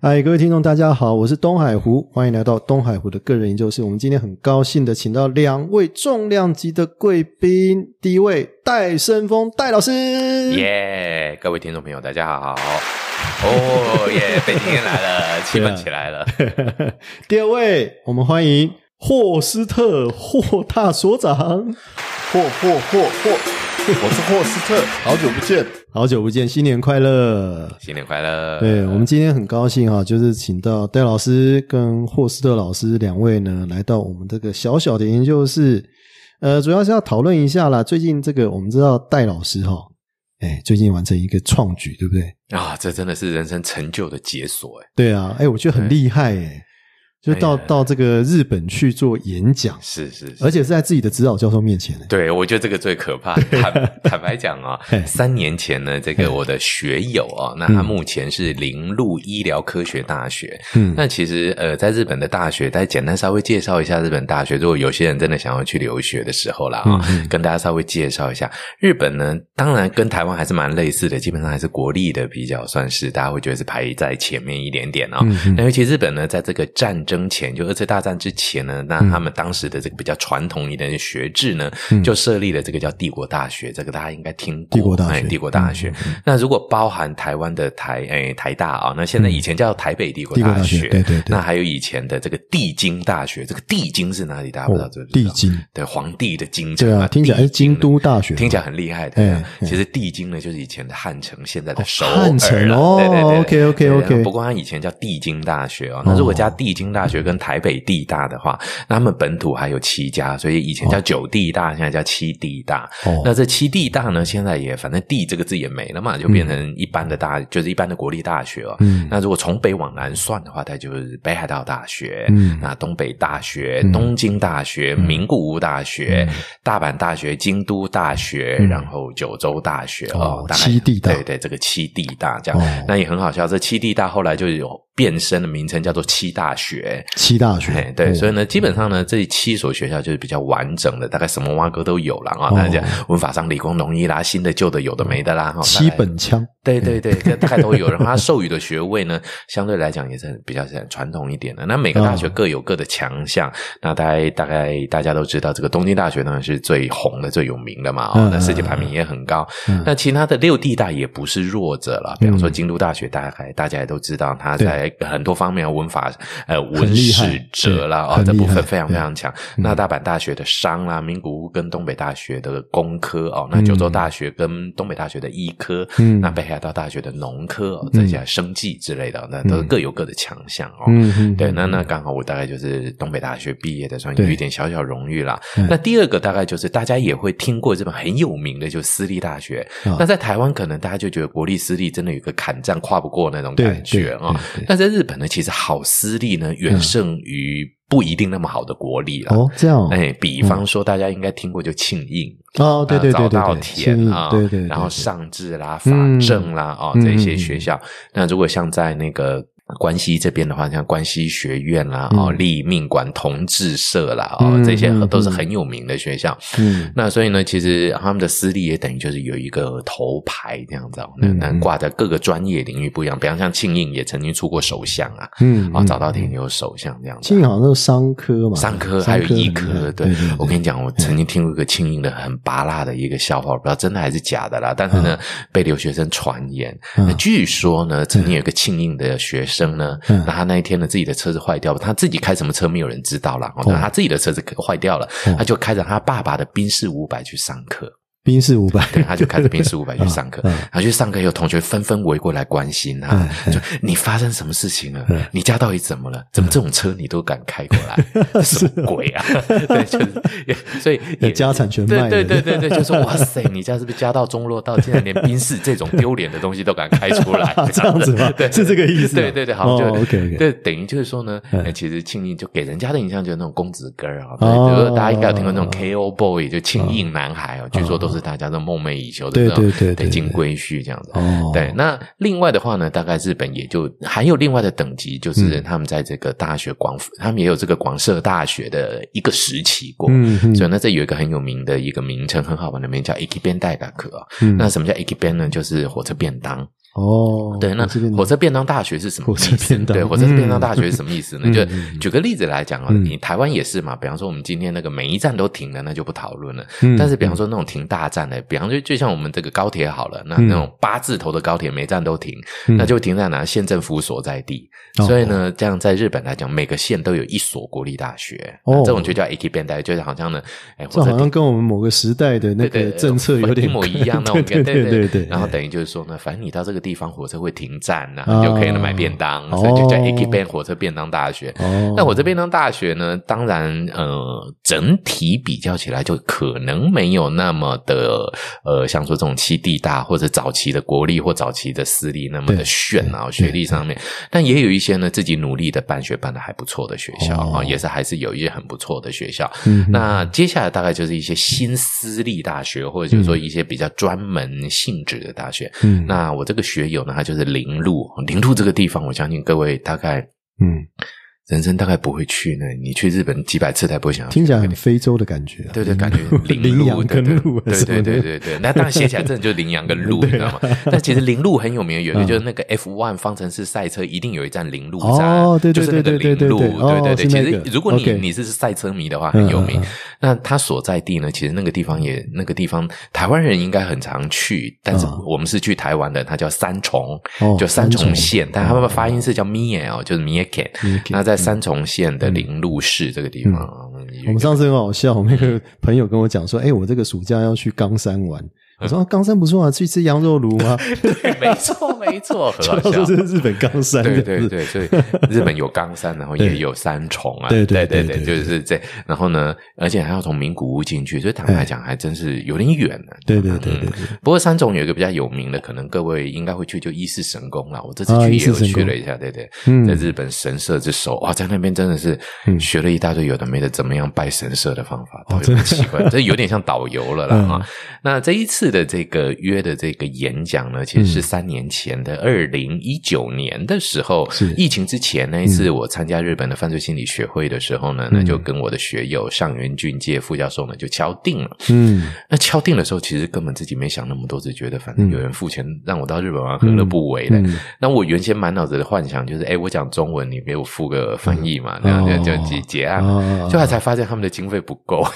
嗨，哎各位听众，大家好，我是东海湖，欢迎来到东海湖的个人研究室。我们今天很高兴的请到两位重量级的贵宾，第一位戴胜峰戴老师，耶各位听众朋友，大家好！哦耶，北京人来 啊了，气氛起来了。 第二位我们欢迎霍斯特霍大所长，霍霍霍霍，我是霍斯特，好久不见。好久不见，新年快乐！新年快乐！对我们今天很高兴哈、就是请到戴老师跟霍斯特老师两位呢，来到我们这个小小的研究室，呃，主要是要讨论一下啦。最近这个我们知道戴老师哈、哎，最近完成一个创举，对不对？啊，这真的是人生成就的解锁哎，对啊，哎，我觉得很厉害哎，就到、哎呀到这个日本去做演讲，是是是而。且是在自己的指导教授面前哎，对，我觉得这个最可怕。坦坦白讲啊 嘿，三年前呢，这个我的学友啊，那他目前是林路医疗科学大学。嗯那其实呃，在日本的大学，大家简单稍微介绍一下日本大学。如果有些人真的想要去留学的时候啦，啊、嗯嗯跟大家稍微介绍一下日本呢。当然跟台湾还是蛮类似的，基本上还是国立的比较算是大家会觉得是排在前面一点点啊、嗯嗯那尤其日本呢，在这个战争前，就二次大战之前呢，那嗯他们当时的这个比较传统一点的学制呢，就设立了这个叫帝国大学，这个大家应该听过。帝国大学嗯哎帝国大学。那如果包含台湾的台哎台大啊、那现在以前叫台北帝嗯国帝国大学，学对对对那还有以前的这个帝京大学，这个帝京是哪里？大家不知道哦知不知道？地精，对皇帝的京城对啊，听起来哎，帝京京呢都大学嘛，听起来很厉害的。哎哎其实帝京呢，就是以前的汉城，现在的首尔啦、啊汉城哦对对对 OK，OK，对 OK 不过它以前叫帝京大学哦。那如果加帝京大学跟台北地大的话，那他们本土还有七家，所以以前叫九地大，现在叫七地大。哦那这七地大呢，现在也反正“地”这个字也没了嘛，就变成一般的大，就是一般的国立大学哦。嗯那如果从北往南算的话，它就是北海道大学，嗯那东北大学、嗯东京大学、名古屋大学、大阪大学、京都大学，嗯然后九州大学哦哦，大概七地大对对，这个七地大这样，哦那也很好笑。这七地大后来就有变身的名称，叫做七大学。七大哎学，，哦嗯对，所以以呢，基本上呢，这七所学校就是比较完整的，大概什么蛙哥都有了啊哦。大家文法上、理工、农医啦，新的、旧的、有的、没的啦，哈，七大概本枪，对对对，这大概都 有。然后他授予的学位呢，相对来讲也是很比较是很传统一点的。那每个大嗯学各有各的强项。那大概大概大家都知道，这个东京大学当然是最红的、最有名的嘛，嗯哦，那世界排名也很高。嗯那其他的六地大也不是弱者了，比方说京都大学，大概大家也都知道，它在很多方面文法呃文厉害史哲啦，哦对这部很厉害分非常非对嗯常强。那大阪大学的商啦、名古屋跟东北大学的工科哦，那九州大学跟东北大学的医科，嗯那北海道大学的农科、哦，这些生计之类的，那都各有各的强项哦。嗯嗯对，那那刚好我大概就是东北大学毕业的，算有对一点小小荣誉啦嗯。那第二个大概就是大家也会听过这本很有名的，就是私立大学。啊那在台湾可能大家就觉得国立私立真的有一个砍战跨不过那种感觉啊、哦对对对对。嗯那在日本呢，其实好私立呢远胜于不一定那么好的国立啦。哦，这样哦哎，比方说大家应该听过就庆应，哦，对对对早对稻对，田新啊，对对，对然后对上智啦、法嗯政啦，哦嗯，这一些学校。那如果像在那个关西这边的话，像关西学院啦、哦嗯立命馆、同志社啦，嗯哦，这些嗯都是嗯很有名的学校。嗯那所以呢，其实他们的私立也等于就是有一个头牌这样子哦，那嗯那挂在各个专业领域不一样。比方像庆应也曾经出过首相啊，嗯啊，嗯早稻田也有首相这样子啊。庆好像那个商科嘛，商科还有很医厉科，害对对嗯我跟你讲，我曾经听过一个庆应的很拔辣的一个笑话，我不知道真的还是假的啦。但是呢，被留学生传言，嗯那据说呢，曾经有一个庆应的学生呢，嗯那他那一天呢自己的车子坏掉了，他自己开什么车没有人知道啦，哦哦那他自己的车子坏掉了哦，他就开着他爸爸的宾士五百去上 课。宾士五百，对，他就开着宾士五百去上课，嗯嗯然后去上课，有同学纷纷围过来关心他，嗯嗯就你发生什么事情了？嗯你家到底怎么了？怎么这种车你都敢开过来？这什么鬼 啊？对，就是也，所以有家产全卖了对对对对对，就说哇塞，你家是不是家道中落到竟然连宾士这种丢脸的东西都敢开出来 ？这样子吗 对，是这个意思吗对对对，好，就哦 OK，OK 对，等于就是说呢，嗯呃其实庆应就给人家的印象就是那种公子哥儿啊，哦对，就是大家应该有听过那种 KO boy，就庆应男孩哦，据说都是大家都梦寐以求的那种对对对对对金龟婿这样子。哦，对，那另外的话呢，大概日本也就还有另外的等级，嗯就是他们在这个大学广，他们也有这个广设大学的一个时期过。嗯嗯所以呢，这有一个很有名的一个名称，很好玩的名称叫 “Aki 便代卡课”。嗯那什么叫 “Aki 便”呢？就是火车便当。哦，对，那这边火车便当大学是什么意思？火车便当对，火车便当大学是什么意思呢？嗯就嗯举个例子来讲啊，嗯你台湾也是嘛，比方说我们今天那个每一站都停了，那就不讨论了。嗯但是比方说那种停大站的，比方就就像我们这个高铁好了，那嗯那种八字头的高铁每站都停，嗯那就停在哪县政府所在地。哦所以呢，这样在日本来讲，每个县都有一所国立大学，哦那这种就叫 AT 便当，就是好像呢，哎，这火好车停像跟我们某个时代的那对个对政策有点一模一 样那种对感觉，对对对对对对。然后等于就是说呢，反正你到这个地方，火车会停站然啊后你就可以买便当，所以就叫 Aki Ben 火车便当大学。哦，那火车便当大学呢？当然，呃，整体比较起来，就可能没有那么的，呃，像说这种七地大或者早期的国立或早期的私立那么对的炫啊，对学历上面。但也有一些呢，自己努力的办学办的还不错的学校哦啊，也是还是有一些很不错的学校。嗯哼那接下来大概就是一些新私立大学，或者就是说一些比较专门性质的大学。嗯那我这个学友呢，他就是林路，林路这个地方，我相信各位大概嗯，人生大概不会去呢。你去日本几百次，才不会想要去听起来那很个地方非洲的感觉啊，对对，感觉羚林羊路跟鹿啊对什么对对的对对对。那当然写起来真的就是羚羊跟 鹿，你知道吗？但其实林路很有名，有一个就是那个 F one 方程式赛车一定有一站林路站，嗯啊哦对对就是那对个对对林路，对对对对对。哦其是那实个如果你 OK 你是赛车迷的话，很有名嗯嗯。那他所在地呢，其实那个地方也那个地方台湾人应该很常去，但是嗯我们是去台湾的，它叫三重哦，就三三重重县，但他们发音是叫 Mie 哦，就是 Mie Ken。那在三重县的林路市这个地方，嗯嗯我们上次很好笑，我们那个朋友跟我讲说，哎、我这个暑假要去冈山玩。我说啊冈、山不错啊，去吃羊肉炉吗？嗯 对，没 错，没错，很就好他说笑。这是日本冈山，对这对样子，对，所以日本有冈山，然后也有三重啊，对对对对对，对就是这。然后呢，而且还要从名古屋进去，所以坦白讲，还真是有点远呢。对对对对嗯不过三重有一个比较有名的，可能各位应该会去，就伊势神宫啦。我这次啊伊去也势有神去宫了一下，对对，嗯在日本神社之首，哇，在那边真的是学了一大堆有的没的，怎么样拜神社的方法，导游很奇怪， 这有点像导游了啦哦嗯啊。那这一次的这个约的这个演讲呢，其实嗯是三年前的二零一九年的时候是，嗯疫情之前那一次我参加日本的犯罪心理学会的时候呢，那就跟我的学友上元俊介副教授呢就敲定了。嗯，那敲定的时候，其实根本自己没想那么多，只觉得反正有人付钱让我到日本玩，何乐不为呢？嗯嗯那我原先满脑子的幻想就是，哎，我讲中文，你给我付个翻译嘛，这哦样就就结结案嘛。哦就后来才发现他们的经费不 够，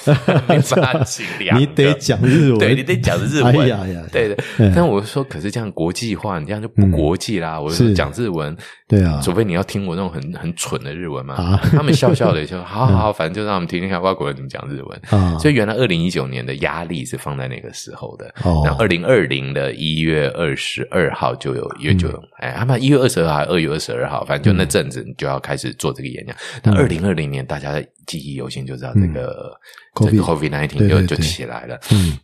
没办法请两个啊你得讲日文，对你得讲日文， 哎呀呀，对的嗯。但我就说，可是这样国际化，你这样就不国际啦。我就说是讲日文，对啊除非你要听我那种很很蠢的日文嘛。啊他们笑笑 的就说，好好好，反正就让他们听听看外国人怎么讲日文。啊，所以原来二零一九年的压力是放在那个时候的。哦然后二零二零的一月二十二号就有，也就有、嗯哎，他们一月二十二号还是二月二十二号，反正就那阵子你就要开始做这个演讲。嗯但二零二零年大家记忆犹新，就知道这个、这个嗯 COVID COVID nineteen 对就对就对起来了。嗯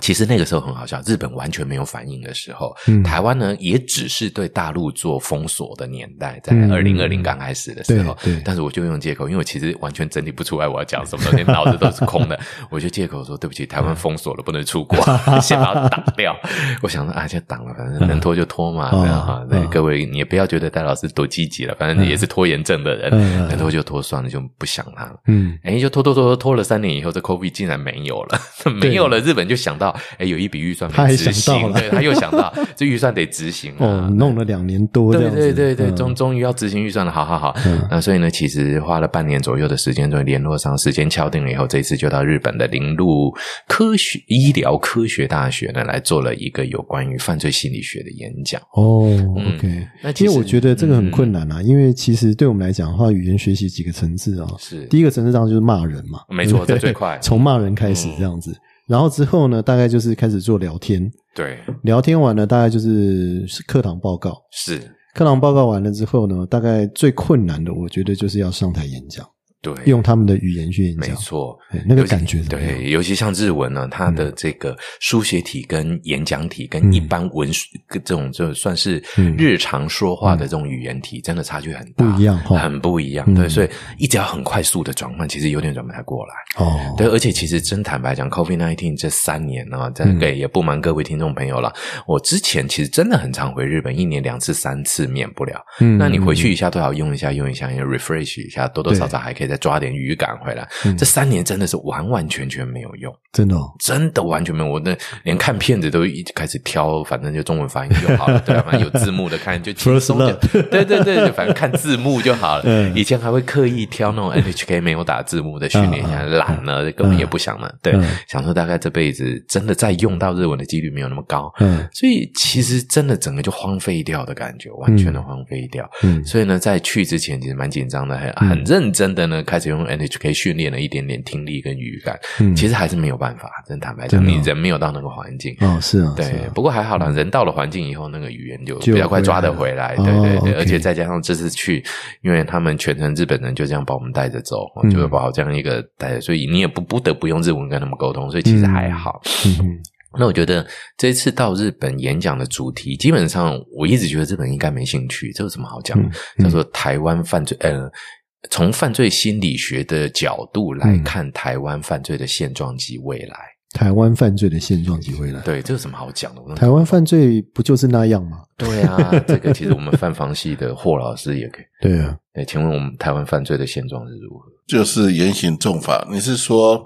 其实那个时候很好笑，日本完全没有反应的时候，嗯台湾呢也只是对大陆做封锁的年代，在嗯二零二零刚开始的时候，对对但是我就用借口，因为我其实完全整理不出来我要讲什么，连脑子都是空的，我就借口说对不起，台嗯湾封锁了，不能出国， 先把它挡掉。我想说啊，先挡了，反正能拖就拖嘛，嗯这样哈嗯。那嗯各位你也不要觉得戴老师多积极了，反正也是拖延症的人，嗯嗯能拖就拖，算了，就不想他了。嗯，哎，就拖拖拖拖拖了三年以后，这 COVID 竟然没有了， 没有了，日本就想到，哎，有一笔预算他没还执想到行，了对，他又想到这预算得执行哦啊，。弄了两年多这对样子，对对对，嗯终终于要执行预算了，好好好嗯。那所以呢，其实花了半年左右的时间，终于联络上，时间敲定了以后，这一次就到日本的林路科学医疗科学大学呢，来做了一个有关于犯罪心理学的演讲。哦嗯，OK，那因其实为我觉得这个很困嗯难啊，因为其实对我们来讲的话，语言学习几个层次啊，嗯是第一个层次当然就是骂人嘛，没错对不对这最快从骂人开始这样子。然后之后呢，大概就是开始做聊天，对，聊天完了，大概就是是课堂报告。是课堂报告完了之后呢，大概最困难的，我觉得就是要上台演讲，对，用他们的语言去演没讲，错对，那个尤其感觉怎么样嗯对，尤其像日文呢，它的这个书写体跟演讲体跟一般文书、跟这种就算是嗯日常说话的这种语言体，真的差距很大，不一样哈啊很不一样。嗯对，所以一直要很快速的转换，其实有点转不太过来。哦，对，而且其实真坦白讲，COVID nineteen 这三年呢、这嗯个也不瞒各位听众朋友了。我之前其实真的很常回日本，一年两次、三次，免不了。嗯那你回去一下，最好用一下，用一下，因为 refresh 一下，多多对嗯少少还可以再抓点语感回来。这三年真的是完完全全没有用，真的、哦，真的完全没有，我那连看片子都一开始挑，反正就中文发音就好了，对吧、反正有字幕的看就轻松 First 点，对对对，就反正看字幕就好了。 嗯以前还会刻意 挑那种 NHK 没有打字幕的训练，嗯嗯现在懒了，根本也不想了。对嗯，想说大概这辈子真的再用到日文的几率没有那么高，嗯所以其实真的整个就荒废掉的感觉，完全的荒废掉。嗯所以呢，在去之前其实蛮紧张的，很很认真的呢，开始用 NHK 训练了一点点听力跟语感。嗯， 其实还是没有办法，真坦白讲，真的哦你人没有到那个环境。哦是啊，是对啊，不过还好啦，人到了环境以后，那个语言就就比较快回抓来得了回来。哦对对 OK 对，而且再加上这次去，因为他们全程日本人就这样把我们带着走，嗯就是把我这样一个带着，所以你也不不得不用日文跟他们沟通，所以其实还好。嗯嗯那我觉得这次到日本演讲的主题，基本上我一直觉得日本应该没兴趣，这有什么好讲？嗯叫做台湾犯罪，呃，从犯罪心理学的角度来嗯看台湾犯罪的现状及未来。台湾犯罪的现状及未来，对，这有什么好讲的？我嗯都台湾犯罪不就是那样吗？对啊，这个其实我们犯防系的霍老师也可以。对啊，对，请问我们台湾犯罪的现状是如何？就是严刑重法。你是说哦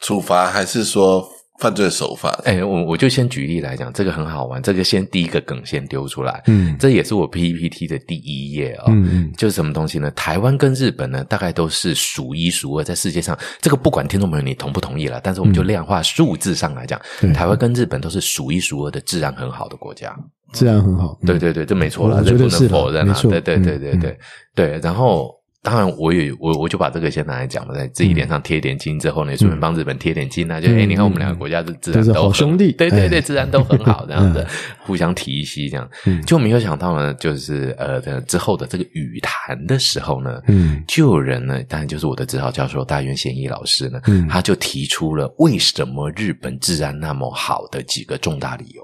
处罚，还是说犯罪手法？哎，我我就先举例来讲，这个很好玩，这个先第一个梗先丢出来，嗯这也是我 PPT 的第一页哦。嗯嗯就是什么东西呢？台湾跟日本呢，大概都是数一数二，在世界上，这个不管听众朋友你同不同意了，但是我们就量化数字上来讲，对台湾跟日本都是数一数二的治安很好的国家。治安很好，嗯对对对，这没错啦，我这觉不得能是啦否认啦没。错对对对嗯对对对，然后。当然，我也我我就把这个先拿来讲嘛，在自己脸上贴点金之后呢，顺便帮日本贴点金啊，就哎，嗯你看我嗯们两个国家的治都安是都好很兄弟对对哎对，治安都很好，这样子互相提携这样嗯。就没有想到呢，就是呃这之后的这个语坛的时候呢，嗯就有人呢，当然就是我的指导教授大原贤一老师呢，嗯他就提出了为什么日本治安那么好的几个重大理由。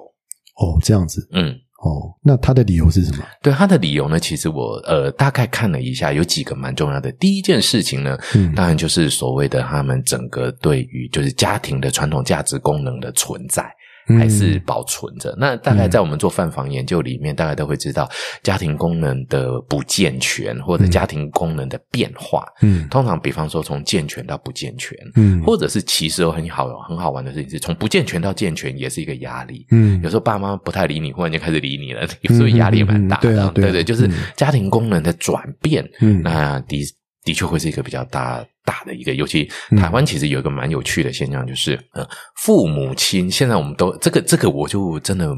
哦这样子嗯，哦，那他的理由是什么？对他的理由呢，其实我呃大概看了一下，有几个蛮重要的。第一件事情呢，嗯当然就是所谓的他们整个对于就是家庭的传统价值功能的存在。嗯还是保存着。那大概在我们做犯防研究里面，大概都会知道家庭功能的不健全或者家庭功能的变化。嗯通常，比方说从健全到不健全，嗯或者是其实有很好很好玩的事情是，从不健全到健全也是一个压力。嗯有时候爸妈不太理你，忽然就开始理你了， 有时候压力也蛮大的。嗯嗯嗯对啊对啊对就是嗯家庭功能的转变，嗯那的的确会是一个比较大大的一个，尤其嗯台湾其实有一个蛮有趣的现象，就是呃，父母亲现在我们都这个这个我就真的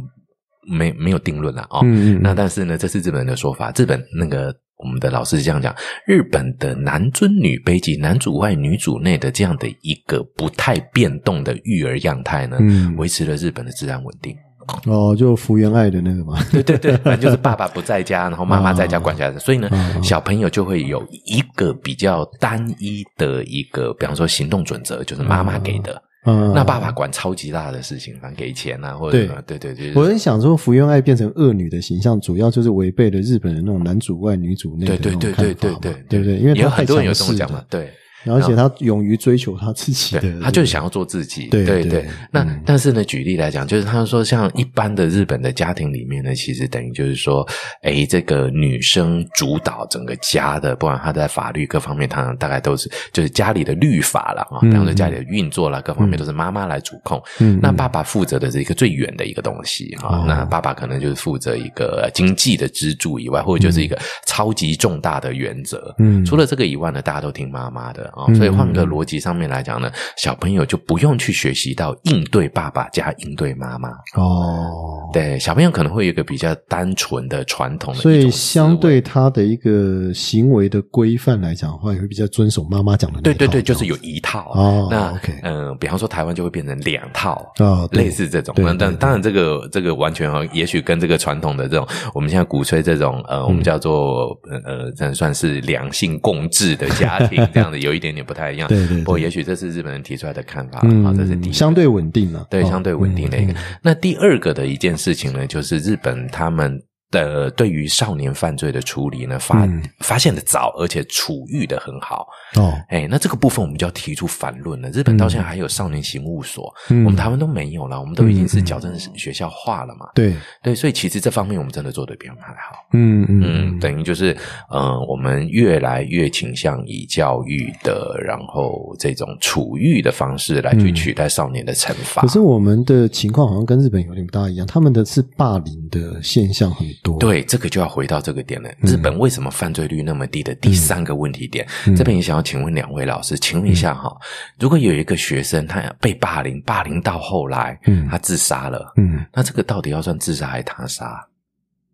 没没有定论了哦。嗯嗯那但是呢，这是日本人的说法，日本那个。我们的老师是这样讲：日本的男尊女卑及男主外女主内的这样的一个不太变动的育儿样态呢，嗯维持了日本的治安稳定。哦，就福原爱的那个嘛，对对对，反正就是爸爸不在家，然后妈妈哦在家管小孩子，所以呢嗯，嗯小朋友就会有一个比较单一的一个，比方说行动准则，就是妈妈给的，嗯，那爸爸管超级大的事情，反正给钱啊，或者对什么对对对，我就是很想说，福原爱变成恶女的形象，主要就是违背了日本人那种男主外女主内的对那对种对看法对对嘛对对不对？因为也有他很太多人有强这势么讲嘛了，，对。而且他勇于追求他自己对的，他就是想要做自己。对对对那、嗯但是呢，举例来讲，就是他说，像一般的日本的家庭里面呢，其实等于就是说，哎，这个女生主导整个家的，不管她在法律各方面，她大概都是就是家里的律法啦，啊，嗯比方说家里的运作啦，各方面都是妈妈来主控。嗯那嗯爸爸负责的是一个最远的一个东西哦啊，那爸爸可能就是负责一个呃经济的支柱以外，或者就是一个超级重大的原则。嗯除了这个以外呢，大家都听妈妈的啊、嗯所以换个逻辑上面来讲呢，小朋友就不用去学习到应对爸爸加应对妈妈。哦，对，小朋友可能会有一个比较单纯的传统的一所种思维，以相对他的一个行为的规范来讲的话，也会比较遵守妈妈讲的那一对套对对，就是这有样一套。哦那 OK 嗯、比方说台湾就会变成两套。子啊，对类似这种，对那对但对当然这个这个完全哦，也许跟这个传统的这种，我们现在鼓吹这种呃，嗯我们叫做呃呃，这算是良性共治的家庭这样的，有一点点不太一样。对对对啊不过也许这是日本人提出来的看法啊，这是第一嗯，个相对稳定了，对哦相对稳定的一个嗯嗯。那第二个的一件事情呢，就是日本他们。的对于少年犯罪的处理呢，发、嗯发现的早，而且处遇的很好。哦，哎，那这个部分我们就要提出反论了。日本到现在还有少年刑务所，嗯我们台湾都没有了，我们都已经嗯是嗯矫正学校化了嘛。对，对，所以其实这方面我们真的做的比他们还好。嗯嗯嗯，嗯，等于就是，呃，我们越来越倾向以教育的，然后这种处遇的方式来去嗯取代少年的惩罚。可是我们的情况好像跟日本有点不大一样，他们的是霸凌的现象很多。，对，这个就要回到这个点了。嗯日本为什么犯罪率那么低的第三个问题点，嗯这边也想要请问两位老师，请问一下哈，如果有一个学生他被霸凌，霸凌到后来，嗯他自杀了，嗯那这个到底要算自杀还是他杀？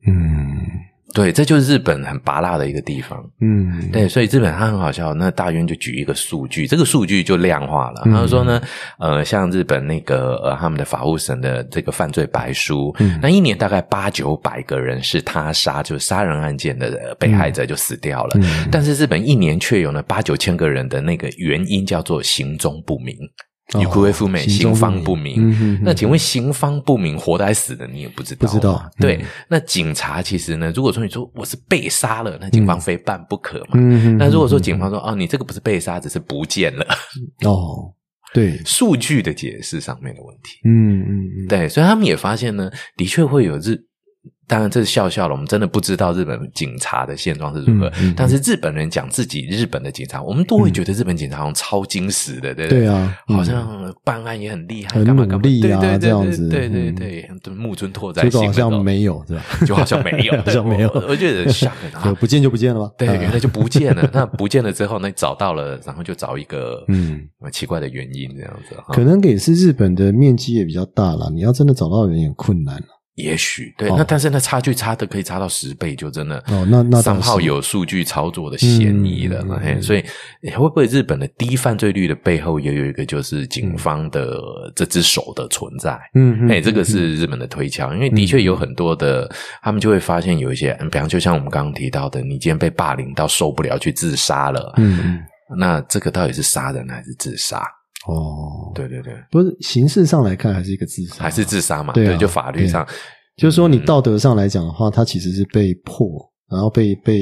嗯对，这就是日本很拔辣的一个地方。嗯，对，所以日本它很好笑。那大渊就举一个数据，这个数据就量化了。嗯他就说呢，呃，像日本那个呃他们的法务省的这个犯罪白书，嗯那一年大概八九百个人是他杀，就是杀人案件的呃被害者就死掉了。嗯但是日本一年却有呢八九千个人的那个原因叫做行踪不明，哦有库夫美行方不明。嗯嗯嗯那请问行方不明，活的还是死的，你也不知道嘛。不知道对嗯，那警察其实呢，如果说你说我是被杀了，那警方非办不可嘛。嗯嗯那如果说警方说哦，你这个不是被杀，只是不见了， 哦，对，数据的解释上面的问题。嗯嗯嗯，对，所以他们也发现呢，的确会有日，当然这是笑笑了，我们真的不知道日本警察的现状是如何。嗯嗯但是日本人讲自己日本的警察，我们都会觉得日本警察好像超精实的，对不对啊，嗯好像办案也很厉害，很干嘛干嘛，努力啊对对对这样子对对嗯对对，木村拓哉这个好型的那像种，没有，对吧？ 就好像没有， 好像没有对我我 觉得吓人啊就，不见就不见了吧？对，啊原来就不见了。那不见了之后呢，找到了，然后就找一个嗯嗯奇怪的原因，这样子哈。可能也是日本的面积也比较大啦，你要真的找到人也困难也许对，哦那但是那差距差的可以差到十倍，就真的哦那那倒三是号有数据操作的嫌疑了嗯嗯。嗯嘿嗯所以诶会不会日本的低犯罪率的背后也有一个就是警方的这只手的存在？嗯哎、这个是日本的推敲，因为的确有很多的，他们就会发现有一些，嗯比方就像我们刚刚提到的，你今天被霸凌到受不了去自杀了，嗯嗯那这个到底是杀人还是自杀？哦，对对对，不是形式上来看还是一个自杀，还是自杀嘛？对啊就法律上，就是说你道德上来讲的话，他其实是被迫，然后被被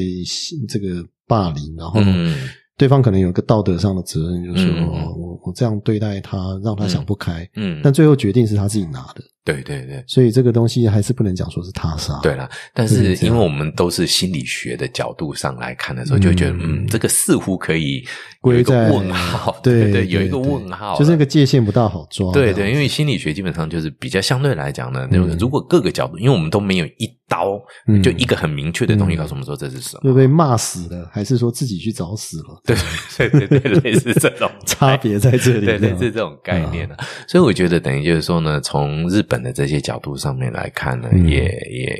这个霸凌，然后嗯对方可能有一个道德上的责任，就是说、嗯嗯嗯哦我我这样对待他，让他想不开，嗯，但最后决定是他自己拿的，对对对。所以这个东西还是不能讲说是他杀。对，了，但对是这样因为我们都是心理学的角度上来看的时候，就会觉得嗯嗯，这个似乎可以有归一个在问号，对对有一个问号了，就是那个界限不大好抓。对这对，样因为心理学基本上就是比较相对来讲呢，就是如果各个角度，因为我们都没有一刀嗯，就一个很明确的东西嗯告诉我们说这是什会么，被骂死了，还是说自己去找死了？对对对对，类似这种 差别在这里。嗯这对，类样似这种概念啊。所以我觉得等于就是说呢，从日本的这些角度上面来看呢，嗯也也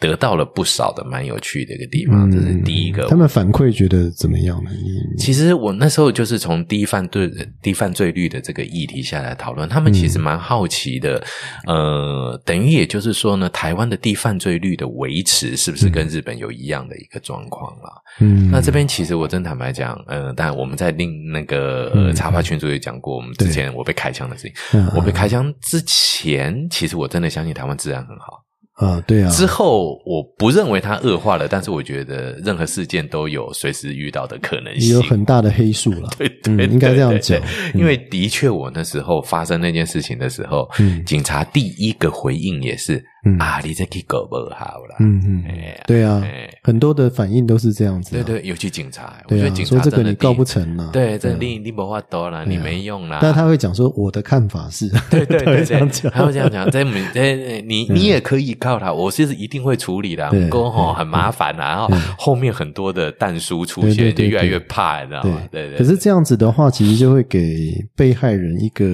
得到了不少的蛮有趣的一个地方，这是嗯第一个。啊他们反馈觉得怎么样呢？你 其实我那时候就是从低犯罪低犯罪率的这个议题下来讨论，他们其嗯实蛮好奇的，呃，等于也就是说呢，台湾的低犯罪率的维持是不是跟日本有一样的一个状况啦？嗯，那这边其实我真坦白讲，呃，当然我们在另那个呃嗯茶话群组有讲过，我们之前我被开枪的事情。嗯我被开枪之前，其实我真的相信台湾治安很好。啊，对啊，之后我不认为它恶化了，但是我觉得任何事件都有随时遇到的可能也有性。很大的黑数了。对对对嗯应该这样讲对对因为的确我那时候发生那件事情的时候，嗯警察第一个回应也是、嗯啊，你这个狗不好了。嗯嗯哎呀，对啊哎，很多的反应都是这样子对啊。对，尤其警察，我觉对得啊，警察说这个真的你第一告不成了。对，这你你不话多了，啊你对啊没用啦。但他会讲说我的看法是， 对对他会对这样对，讲。嗯他会这样讲，在每在你你也可以靠他，我是一定会处理的啊。对不过吼很麻烦啊，然后后面很多的弹书出对对现，就对越来对越怕，你知道吗？对对。可是这样子的话，其实就会给被害人一个，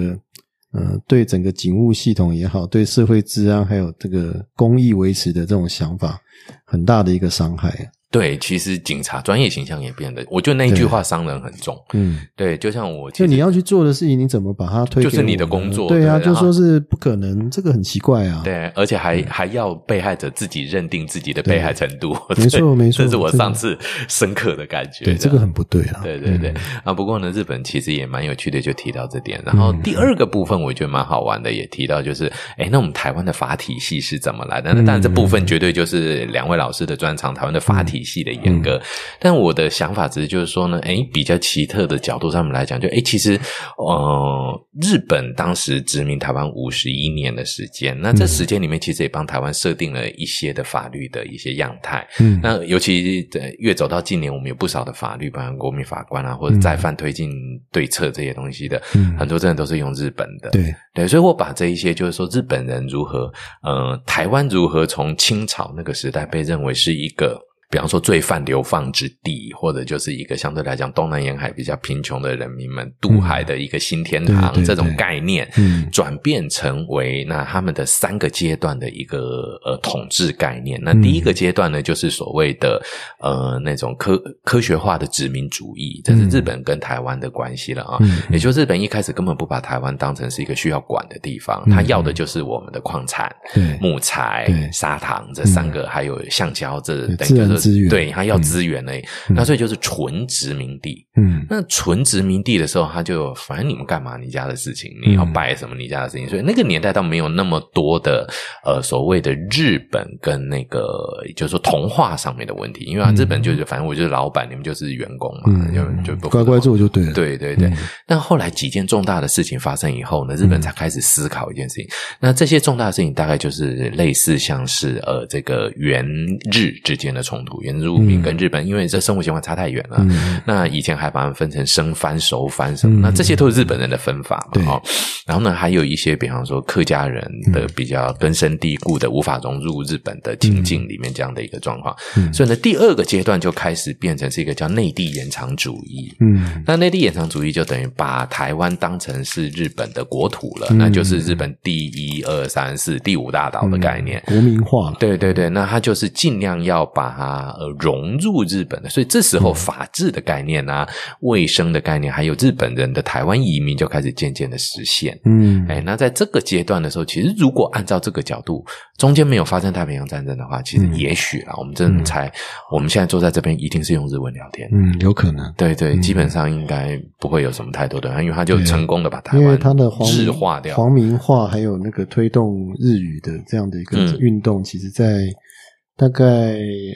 呃，对整个警务系统也好，对社会治安还有这个公益维持的这种想法，很大的一个伤害啊。对，其实警察专业形象也变得，我觉得那一句话伤人很重。嗯，对，就像我，就你要去做的事情，你怎么把它推给我呢？就是你的工作对啊，对然就后说是不可能，这个很奇怪啊。对，而且还、还要被害者自己认定自己的被害程度，没错 对没错这是我这个上次深刻的感觉。对，这样个很不对啊。对对对、啊！不过呢，日本其实也蛮有趣的，就提到这点。然后第二个部分我觉得蛮好玩的，也提到就是，哎，那我们台湾的法体系是怎么来的？那当然这部分绝对就是两位老师的专长，台湾的法体系的严格。嗯但我的想法只是就是说呢，哎，比较奇特的角度上面来讲，就哎，其实呃，日本当时殖民台湾五十一年的时间，那这时间里面其实也帮台湾设定了一些的法律的一些样态。嗯，那尤其呃越走到近年，我们有不少的法律，包含国民法官啊，或者再犯推进对策这些东西的，嗯很多真的都是用日本的。对，对，所以我把这一些，就是说日本人如何，呃，台湾如何从清朝那个时代被认为是一个。比方说，罪犯流放之地，或者就是一个相对来讲东南沿海比较贫穷的人民们渡海的一个新天堂，嗯对对这种对概念，嗯转变成为那他们的三个阶段的一个呃统治概念。那第一嗯个阶段呢，就是所谓的呃那种科科学化的殖民主义，这是日本跟台湾的关系了啊。嗯也就日本一开始根本不把台湾当成是一个需要管的地方，他要的就是我们的矿产、对，木材嗯对、嗯砂糖这三个，还有橡胶这对等自于然就是资源对他要资源嘞。那所以就是纯殖民地。嗯那纯殖民地的时候，他就反正你们干嘛你家的事情，你嗯要拜什么你家的事情，所以那个年代倒没有那么多的呃所谓的日本跟那个就是说同化上面的问题，因为、啊、日本就是反正我就是老板，你们就是员工嘛，嗯，就就不乖乖做就对了。，对对对，那后来几件重大的事情发生以后呢，日嗯本才开始思考一件事情。那这些重大的事情大概就是类似像是呃这个原日之间的冲突，原住民跟日嗯本，因为这生活习惯差太远了。那以前还把它们分成生番、熟番什嗯么，那这些都是日本人的分法嘛。对哦，然后呢，还有一些比方说客家人嗯的比较根深蒂固的无法融入日本的情境里面这样的一个状况。嗯所以呢，第二个阶段就开始变成是一个叫内地延长主义。嗯那内地延长主义就等于把台湾当成是日本的国土了，那就是日本第一、二、三、四、第五大岛的概嗯念。哎国民化了。对对对，那它就是尽量要把它呃融入日本的，所以这时候法治的概念啊、卫生的概念，还有日本人的台湾移民就开始渐渐的实现。嗯，哎，那在这个阶段的时候，其实如果按照这个角度，中间没有发生太平洋战争的话，其实也许啊，我们真的才、我们现在坐在这边一定是用日文聊天，嗯，有可能。对对，基本上应该不会有什么太多的，因为他就成功的把台因为湾它的皇日化掉。皇民化还有那个推动日语的这样的一个嗯运动，其实在大概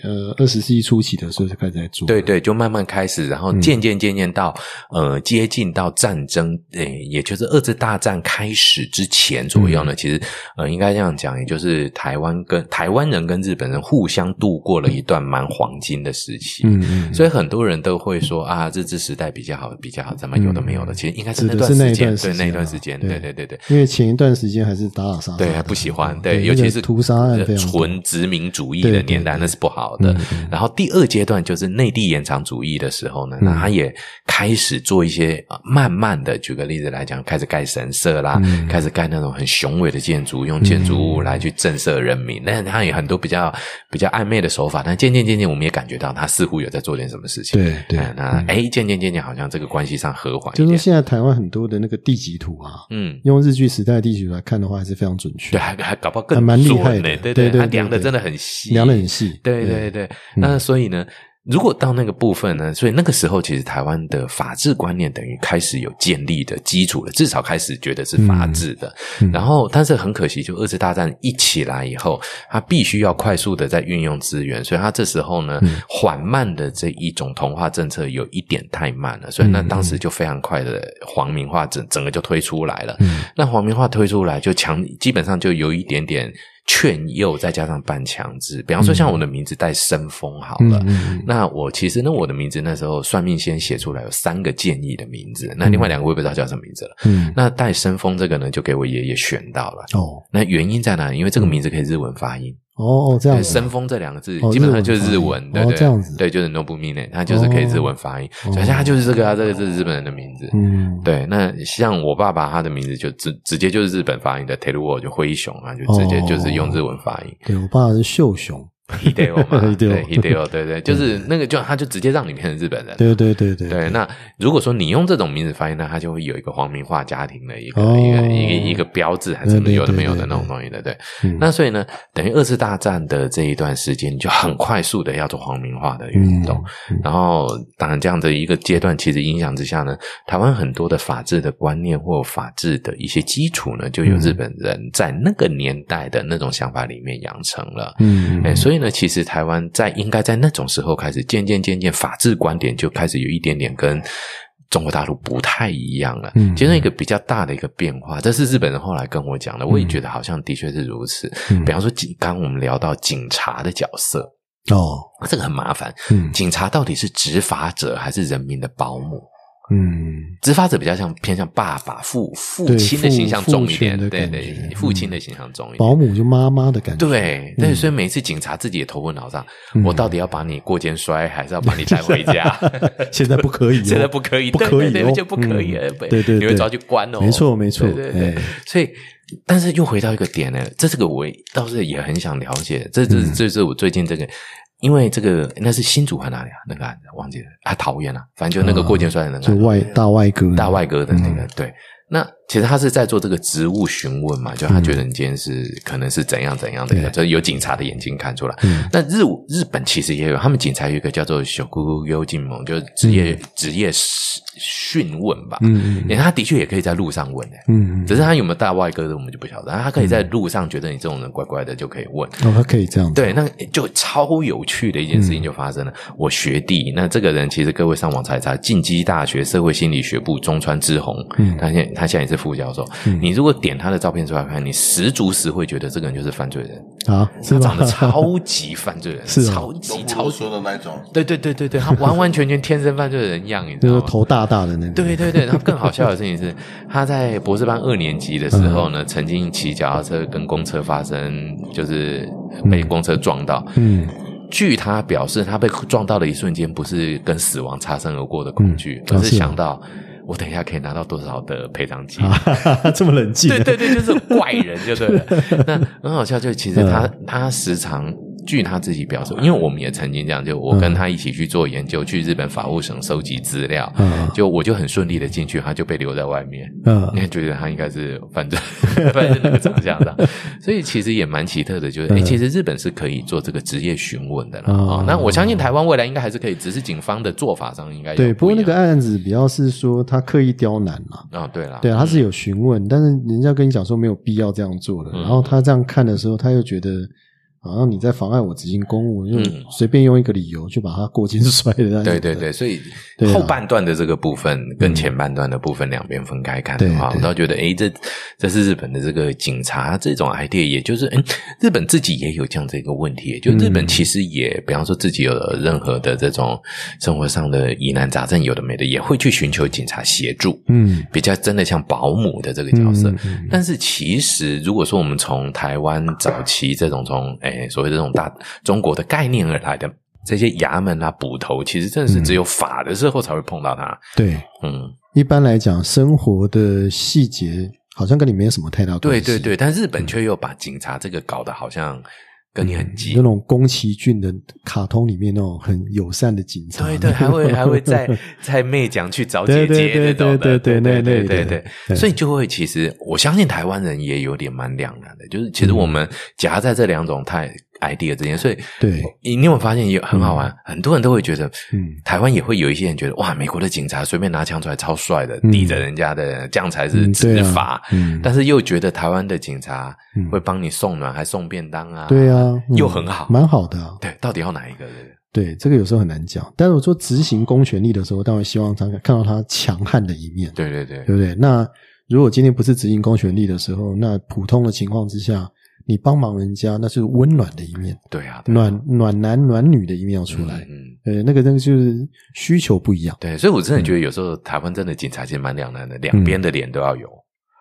呃二十世纪初期的时候就开始在做。对对，就慢慢开始，然后嗯渐渐渐渐到、呃接近到战争，诶、也就是二次大战开始之前左右呢，嗯其实呃应该这样讲，也就是台湾跟台湾人跟日本人互相度过了一段蛮黄金的时期。嗯，嗯嗯，所以很多人都会说啊，日治时代比较好，比较好，怎么有的没有的，其实应该是那指的嗯段是那一时间，段时对那一间段啊时间，对对对对对。因为前一段时间还是打打杀杀的，嗯对，还不喜欢，对，啊对，尤那其个是呃屠杀案非常多纯殖民主义对的对年代，对那是不好的嗯。然后第二阶段就是内地延长主义的时候呢，嗯那他也开始做一些呃慢慢的，举个例子来讲，开始盖神社啦，嗯开始盖那种很雄伟的建筑，用建筑物来去震慑人民。嗯那他也很多比较比较暧昧的手法，但渐渐渐渐，我们也感觉到他似乎有在做点什么事情。对对嗯哎那哎，渐渐渐渐，好像这个关系上和缓就一是说点。现在台湾很多的那个地级图啊，嗯，用日据时代的地级图来看的话，还是非常准确对，，还还搞不好还更蛮厉准害的呢。对对对他对量的对真的很细，量的很细。对对对，那所以呢，如果到那个部分呢，所以那个时候其实台湾的法治观念等于开始有建立的基础了，至少开始觉得是法治的。然后，但是很可惜，就二次大战一起来以后，它必须要快速的在运用资源，所以它这时候呢，缓慢的这一种同化政策有一点太慢了，所以那当时就非常快的皇民化整整个就推出来了。那皇民化推出来就强，基本上就有一点点劝诱，再加上半强制。比方说，像我的名字带生风好嗯了，那我其实呢，我的名字那时候算命先写出来有三个建议的名字，那另外两个我也不知道叫什么名字了。嗯，那带生风这个呢，就给我爷爷选到了。哦那原因在哪里？因为这个名字可以日文发音，哦哦，这样对“子啊生风”这两个字哦基本上就是日日文文，发对音对，哦这样子对，就是 Nobumine，它就是可以日文发音，哦所以它就是这个啊，这个是日本人的名字。嗯，对，那像我爸爸他的名字就直直哦接就是日本发音的 t e r u o 就灰熊啊，就直接就是用日文发音。对我爸是秀雄， Hideo 嘛 Hideo 嗯对 Hideo，对对，就是那个就他就直接让你变成日本人。对对对对对，那如果说你用这种名字翻译，那它就会有一个皇民化家庭的一个、哦一个一个一个标志，还是什么有的没有的那种东西的，对。嗯那所以呢，等于二次大战的这一段时间，就很快速的要做皇民化的运动。嗯然后，当然这样的一个阶段，其实影响之下呢，台湾很多的法治的观念或法治的一些基础呢，嗯就有日本人在那个年代的那种想法里面养成了。嗯，哎、所以呢，其实台湾在应该在那种时候开始，渐渐渐渐法治观点就开始有一点点跟中国大陆不太一样了，嗯其中一个比较大的一个变化，这是日本人后来跟我讲的，我也觉得好像的确是如此。嗯比方说警，刚刚我们聊到警察的角色，哦，这个很麻烦，嗯警察到底是执法者还是人民的保姆？嗯执法者比较像偏向爸爸、父父对亲的父形象父重一权点，的对感对觉，父嗯亲的形象重一点。保姆就妈妈的感觉，对对，嗯所以每次警察自己也头昏脑胀，我到底要把你过肩摔，还是要把你带回 家？现在不可以哦 现在不可以，不对可以对哦对就不可以嗯了，对对对你会抓去关哦。没错没错对对哎对，所以。但是又回到一个点呢，这这个我倒是也很想了解，这这嗯这是我最近这个，因为这个那是新竹还哪里啊？那个案子忘记了啊，桃园啊，反正就那个过肩摔的那个就案子，外大外哥，大外哥的那个、嗯对。那其实他是在做这个职务询问嘛，就他觉得你今天是、可能是怎样怎样的一个，对嗯就是有警察的眼睛看出来。那日日本其实也有，他们警察有一个叫做小姑姑幽静盟，就是职业、职业讯问吧。嗯嗯，嗯也他的确也可以在路上问的、嗯嗯，嗯只是他有没有大外哥的我们就不晓得。他可以在路上觉得你这种人怪怪的就可以问，哦，他可以这样子，对，那就超有趣的一件事情就嗯发生了。我学弟，那这个人其实各位上网查一查，进击大学社会心理学部中川志宏，嗯他现他现在也是副教授。你如果点他的照片出来看，你十足十会觉得这个人就是犯罪人，啊，是他吧长得超级犯罪人， 是啊超级龙超骨级，说的那种，对对对对对，他完完全全天生犯罪的人样，你 知就道 是吗？头大大的那个，对对对，然后更好笑的事 情是，他在博士班二年级的时候呢，曾经骑脚踏车跟公车发生，就是被公车撞到。嗯， 据他表示，他被撞到的一瞬间，不是跟死亡擦身而过的恐惧，嗯而啊是哦是啊想到、我等一下可以拿到多少的赔偿金。 啊，这么冷静，对对对，就是怪人就 对嗯了。那很好笑，就其实他、他时常。据他自己表述，因为我们也曾经这样，就我跟他一起去做研究，去日本法务省收集资料，嗯就我就很顺利的进去，他就被留在外面。嗯你也觉得他应该是反正 反正那个长相的，所以其实也蛮奇特的，就是哎、诶其实日本是可以做这个职业询问的啦。嗯哦，那我相信台湾未来应该还是可以，只是警方的做法上应该有对，不过一那样个案子比较是说他刻意刁难啦，哦，对啦，对啊，他是有询问，但是人家跟你讲说没有必要这样做的，嗯然后他这样看的时候，他又觉得。好像你在妨碍我执行公务，就嗯随便用一个理由就把他过肩摔了。那种对对的对，所以对啊后半段的这个部分跟前半段的部分两边分开看的话，对对我倒觉得，诶，这这是日本的这个警察这种 idea，也就是，嗯，日本自己也有这样的一个问题，就日嗯本其实也，比方说自己有任何的这种生活上的疑难杂症，有的没的，也会去寻求警察协助，嗯比较真的像保姆的这个角色。嗯嗯但是其实，如果说我们从台湾早期这种从诶所谓这种大中国的概念而来的这些衙门啊、捕头，其实真的是只有法的时候才会碰到它。对，嗯，一般来讲，生活的细节好像跟你没有什么太大关对系。嗯对对。但日本却又把警察这个搞得好像跟你很那近。种宫崎骏的卡通里面那种很友善的警察，对对，还会还会在在妹讲去找对姐姐对对那种的，对对对对对对对对对，所以就会其实我相信台湾人也有点蛮两难的，就是其实我们夹在这两种态 idea 之间，所 以嗯对你你有没有发现也很好玩？很多人都会觉得，嗯台湾也会有一些人觉得，哇，美国的警察随便拿枪出来超帅的，嗯抵着人家的，这样才是嗯对执啊法。嗯但是又觉得台湾的警察嗯会帮你送暖，还送便当啊，对，啊，嗯又很好蛮好的啊。对，到底要哪一个？对不对对，这个有时候很难讲。但是我说执行公权力的时候，当然希望他看到他强悍的一面，对对对，对不对？那如果今天不是执行公权力的时候，那普通的情况之下，你帮忙人家，那是温暖的一面，对啊，对啊暖暖男暖女的一面要出来。嗯嗯呃，那个那个就是需求不一样。嗯对，所以我真的觉得有时候台湾真的警察其实蛮两难的，两边的脸都要有。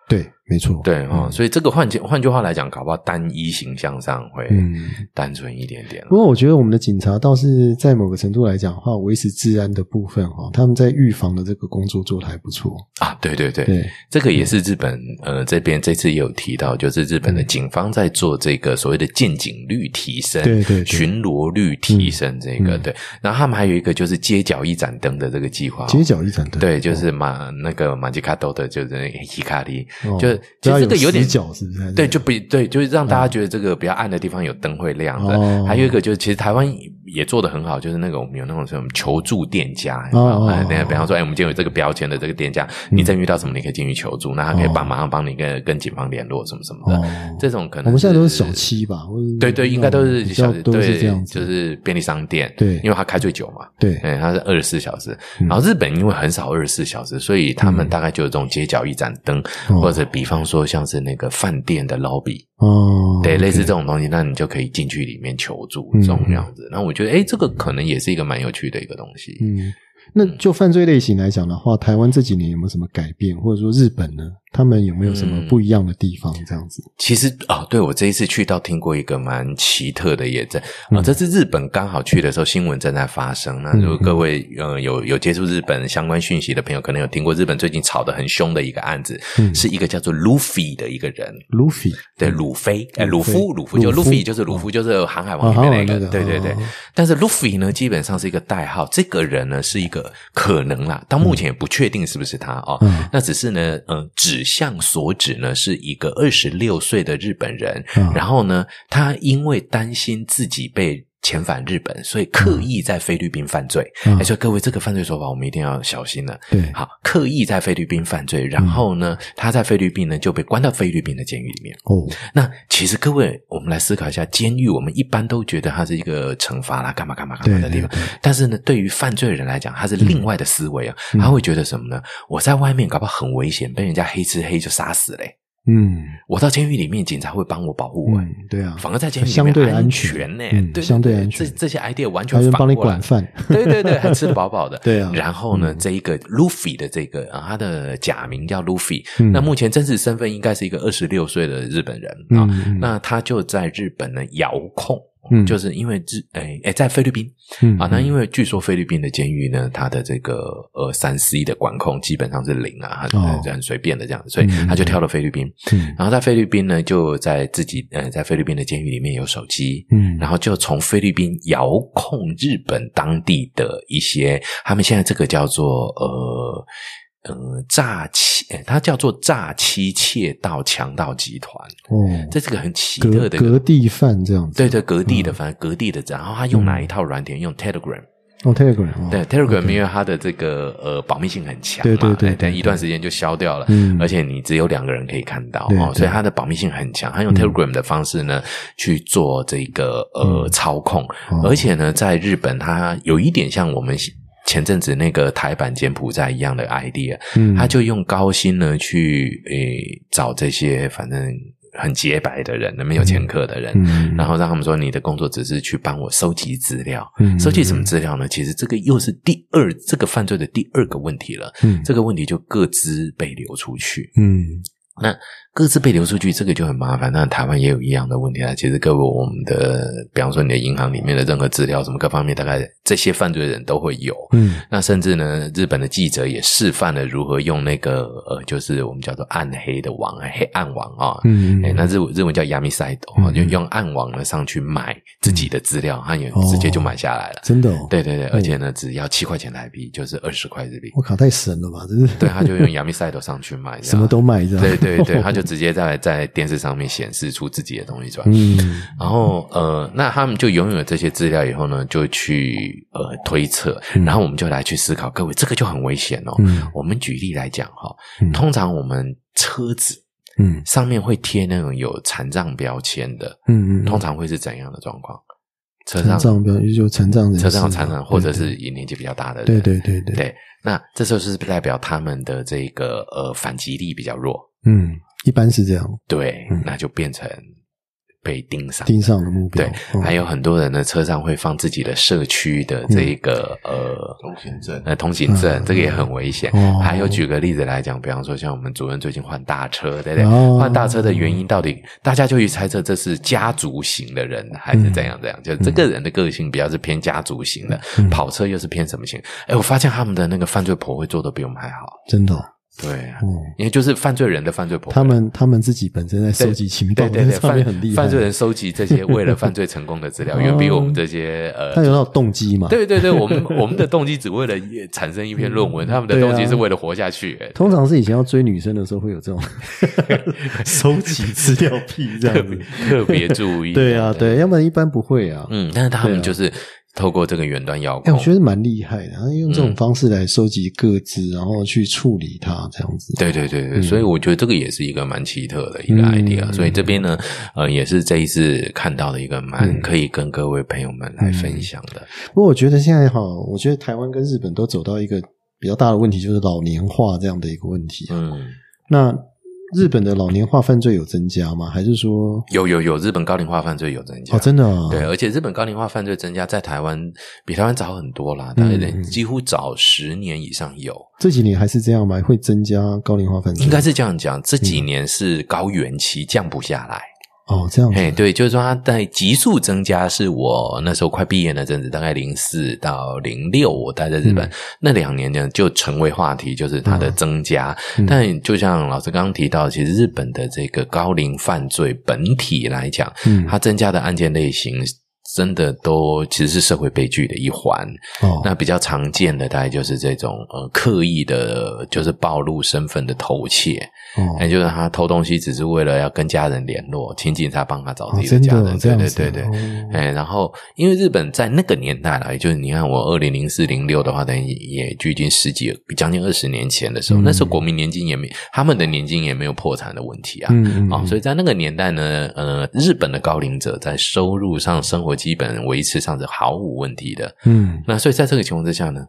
对，没错，对哈、哦嗯所以这个换句换句话来讲，搞不好单一形象上会嗯。单纯一点点了。不过我觉得我们的警察倒是在某个程度来讲的话，维持治安的部分哈，他们在预防的这个工作做的还不错。啊，对对对，对，嗯这个也是日本呃这边这次也有提到，就是日本的警方在做这个所谓的见警率提升，对对对巡逻率提升这个、嗯对，然后他们还有一个就是街角一盏灯的这个计划、哦，街角一盏灯，对，就是马、那个马吉卡多的，就是伊卡利，哦就只其要实这个有点死角是不是？还是对，就不对，就是让大家觉得这个比较暗的地方有灯会亮的。嗯哦还有一个就是，其实台湾也做的很好，就是那个我们有那种什么求助店家，哦哦哎，那哦比方说，哎，我们今天有这个标签的这个店家，你真遇到什么，你可以进去求助，那他可以帮马上帮你跟跟警方联络什么什么哦的。这种可能我们现在都是小。七吧，或者对对，应该都是比小较的都对是这样子，就是便利商店，对因为它开最久嘛，对嗯，它是二十四小时。嗯然后日本因为很少二十四小时，所以他们大概就有这种街角一盏灯，哦或者比方说像是那个饭店的 lobby，哦，对，类似这种东西，那你就可以进去里面求助嗯这种样子。那我觉得，哎，这个可能也是一个蛮有趣的一个东西。嗯。那就犯罪类型来讲的话，台湾这几年有没有什么改变，或者说日本呢？他们有没有什嗯么不一样的地方？这样子，其实啊、对我这一次去到听过一个蛮奇特的也在啊、嗯这次日本刚好去的时候，新闻正在发生。那如果嗯各位呃有有接触日本相关讯息的朋友，可能有听过日本最近吵得很凶的一个案子，嗯是一个叫做 Luffy 的一个人。卢菲 对，鲁菲，哎，鲁鲁菲夫，鲁夫鲁就夫哦 Luffy，就是鲁夫，就是《航海王》里面哦航那海王那个，个对对对哦。但是 Luffy 呢，基本上是一个代号，这个人呢是一个可能啦，到目前也不确定是不是他哦嗯。那只是呢，嗯，指向所指呢是一个二十六岁的日本人嗯，然后呢，他因为担心自己被。遣返日本，所以刻意在菲律宾犯罪。嗯哎、所以各位，这个犯罪手法我们一定要小心了。对好，刻意在菲律宾犯罪，嗯然后呢，他在菲律宾呢就被关到菲律宾的监狱里面。哦，那其实各位，我们来思考一下，监狱我们一般都觉得它是一个惩罚啦，干嘛干嘛干嘛的地方。但是呢，对于犯罪人来讲，他是另外的思维啊，他会觉得什么嗯呢？我在外面搞不好很危险，被人家黑吃黑就杀死嘞、嗯我到监狱里面，警察会帮我保护我、嗯，对啊，反而在监狱里相对面安安全全呢、嗯对，相对安全这这些 idea 完全还有人反帮你过来管饭，对对对，还吃得饱饱的。 对啊然后呢，这一个 Luffy 的这个啊，他的假名叫 Luffy，、嗯那目前真实身份应该是一个二十六岁的日本人啊、嗯嗯那他就在日本呢遥控。嗯就是因为日诶诶，在菲律宾嗯啊，那因为据说菲律宾的监狱呢，它的这个呃三 C 的管控基本上是零啊，很哦很随便的这样，所以嗯他就跳到菲律宾，嗯然后在菲律宾呢，就在自己呃在菲律宾的监狱里面有手机，嗯然后就从菲律宾遥控日本当地的一些，他们现在这个叫做呃。呃，诈欺，呃它叫做诈欺窃盗强盗集团，哦，这是个很奇特隔的一隔个，地饭这样子，对对，隔地的，嗯反正隔地的。然后他用哪一套软体？用 Telegram，哦，Telegram，哦对 Telegram，因为它的这个呃保密性很强对嘛，对对哎但对一段时间就消掉了，嗯而且你只有两个人可以看到对哦，对嗯所以它的保密性很强。它用 Telegram 的方式呢去做这个呃操控哦，而且呢，在日本它有一点像我们。前阵子那个台版柬埔寨一样的 idea，嗯他就用高薪呢去诶找这些反正很洁白的人，没有前科的人，嗯然后让他们说你的工作只是去帮我收集资料，嗯收集什么资料呢？其实这个又是第二这个犯罪的第二个问题了。嗯这个问题就各自被流出去，嗯那各自被流出去，这个就很麻烦。那台湾也有一样的问题啊。其实各位，我们的比方说你的银行里面的任何资料，什么各方面，大概这些犯罪人都会有。嗯那甚至呢，日本的记者也示范了如何用那个呃，就是我们叫做暗黑的网，黑暗网啊、嗯哎、那日文日文叫 Yami Side，、哦，嗯就用暗网呢上去买自己的资料，他也直接就买下来了。真的哦，对对对，而且呢，只要七块钱台币，就是二十块日币。我靠，太神了吧，真是对，他就用 Yami Side 上去买，什么都啊买。卖这样，对对对，他就直接在 在电视上面显示出自己的东西出来。嗯然后呃，那他们就拥有这些资料以后呢，就去呃推测，然后我们就来去思考，各位这个就很危险哦。嗯我们举例来讲哈、嗯通常我们车子嗯上面会贴那种有残障标签的，嗯嗯，通常会是怎样的状况？车残上障标就残障人士车嘛，上有残障，或者对是年纪比较大的人，啊对对对对，对。那这时候是不是代表他们的这个呃反击力比较弱，嗯，一般是这样，对嗯，那就变成被盯上。盯上的目标对，，嗯还有很多人的车上会放自己的社区的这一个、呃通行证呃通行证，嗯这个也很危险。哦还有举个例子来讲，比方说像我们主任最近换大车，对不对？哦换大车的原因到底，大家就去猜测这是家族型的人还是怎样嗯怎样？就这个人的个性比较是偏家族型的，跑车又是偏什么型？哎，我发现他们的那个犯罪婆会做的比我们还好。真的哦，对，啊哦因为就是犯罪人的犯罪婆会，他们他们自己本身在收集情报，对对对，这上面犯很厉害。啊哦犯罪人收集这些为了犯罪成功的资 料，远比我们这些他有呃。那种动机嘛？，对对对，我们我们的动机只为了也产生一篇论文，他们的对啊动机是为了活下去。哎通常是以前要追女生的时候会有这种 收集资料癖这特样别 子。特别注意。嗯对啊，，对，要不然一般不会啊。嗯，但是他们就是透过这个远端遥哎，我，控觉得蛮厉害的，然后嗯用这种方式来收集各自，然后去处理它这样子。对对对对，所以我觉得这个也是一个蛮奇特的一个嗯 idea，、嗯所以这边呢，呃，也是这一次看到的一个嗯蛮可以跟各位朋友们来分享的。不过我觉得现在哈，我觉得台湾跟日本都走到一个比较大的问题，就是老年化这样的一个问题啊。嗯，那日本的老年化犯罪有增加吗？还是说有有有，日本高龄化犯罪有增加，哦，真的啊？对，而且日本高龄化犯罪增加在台湾比台湾早很多啦，大概嗯嗯几乎早十年以上有。这几年还是这样吗？会增加高龄化犯罪？应该是这样讲，这几嗯年是高原期降不下来，哦，这样子哎，对，就是说它在急速增加，是我那时候快毕业那阵子，大概零四到零六，我待在日嗯本、那两年呢，就成为话题，就是它的增加。嗯但就像老师刚刚提到，其实日本的这个高龄犯罪本体来讲，嗯它增加的案件类型。真的都其实是社会悲剧的一环，哦，那比较常见的大概就是这种呃刻意的，就是暴露身份的偷窃，哦那、哎就是他偷东西只是为了要跟家人联络，请警察帮他找自己哦真的家人。哦这对样对子对对，哦哎、然后因为日本在那个年代啦，也就是你看我二零零四零六的话，等于也就已经十几将近二十年前的时候，嗯那时候国民年金也没他们的年金也没有破产的问题啊。嗯嗯啊、嗯所以在那个年代呢，呃，日本的高龄者在收入上、生活基本维持上是毫无问题的。嗯那所以在这个情况之下呢，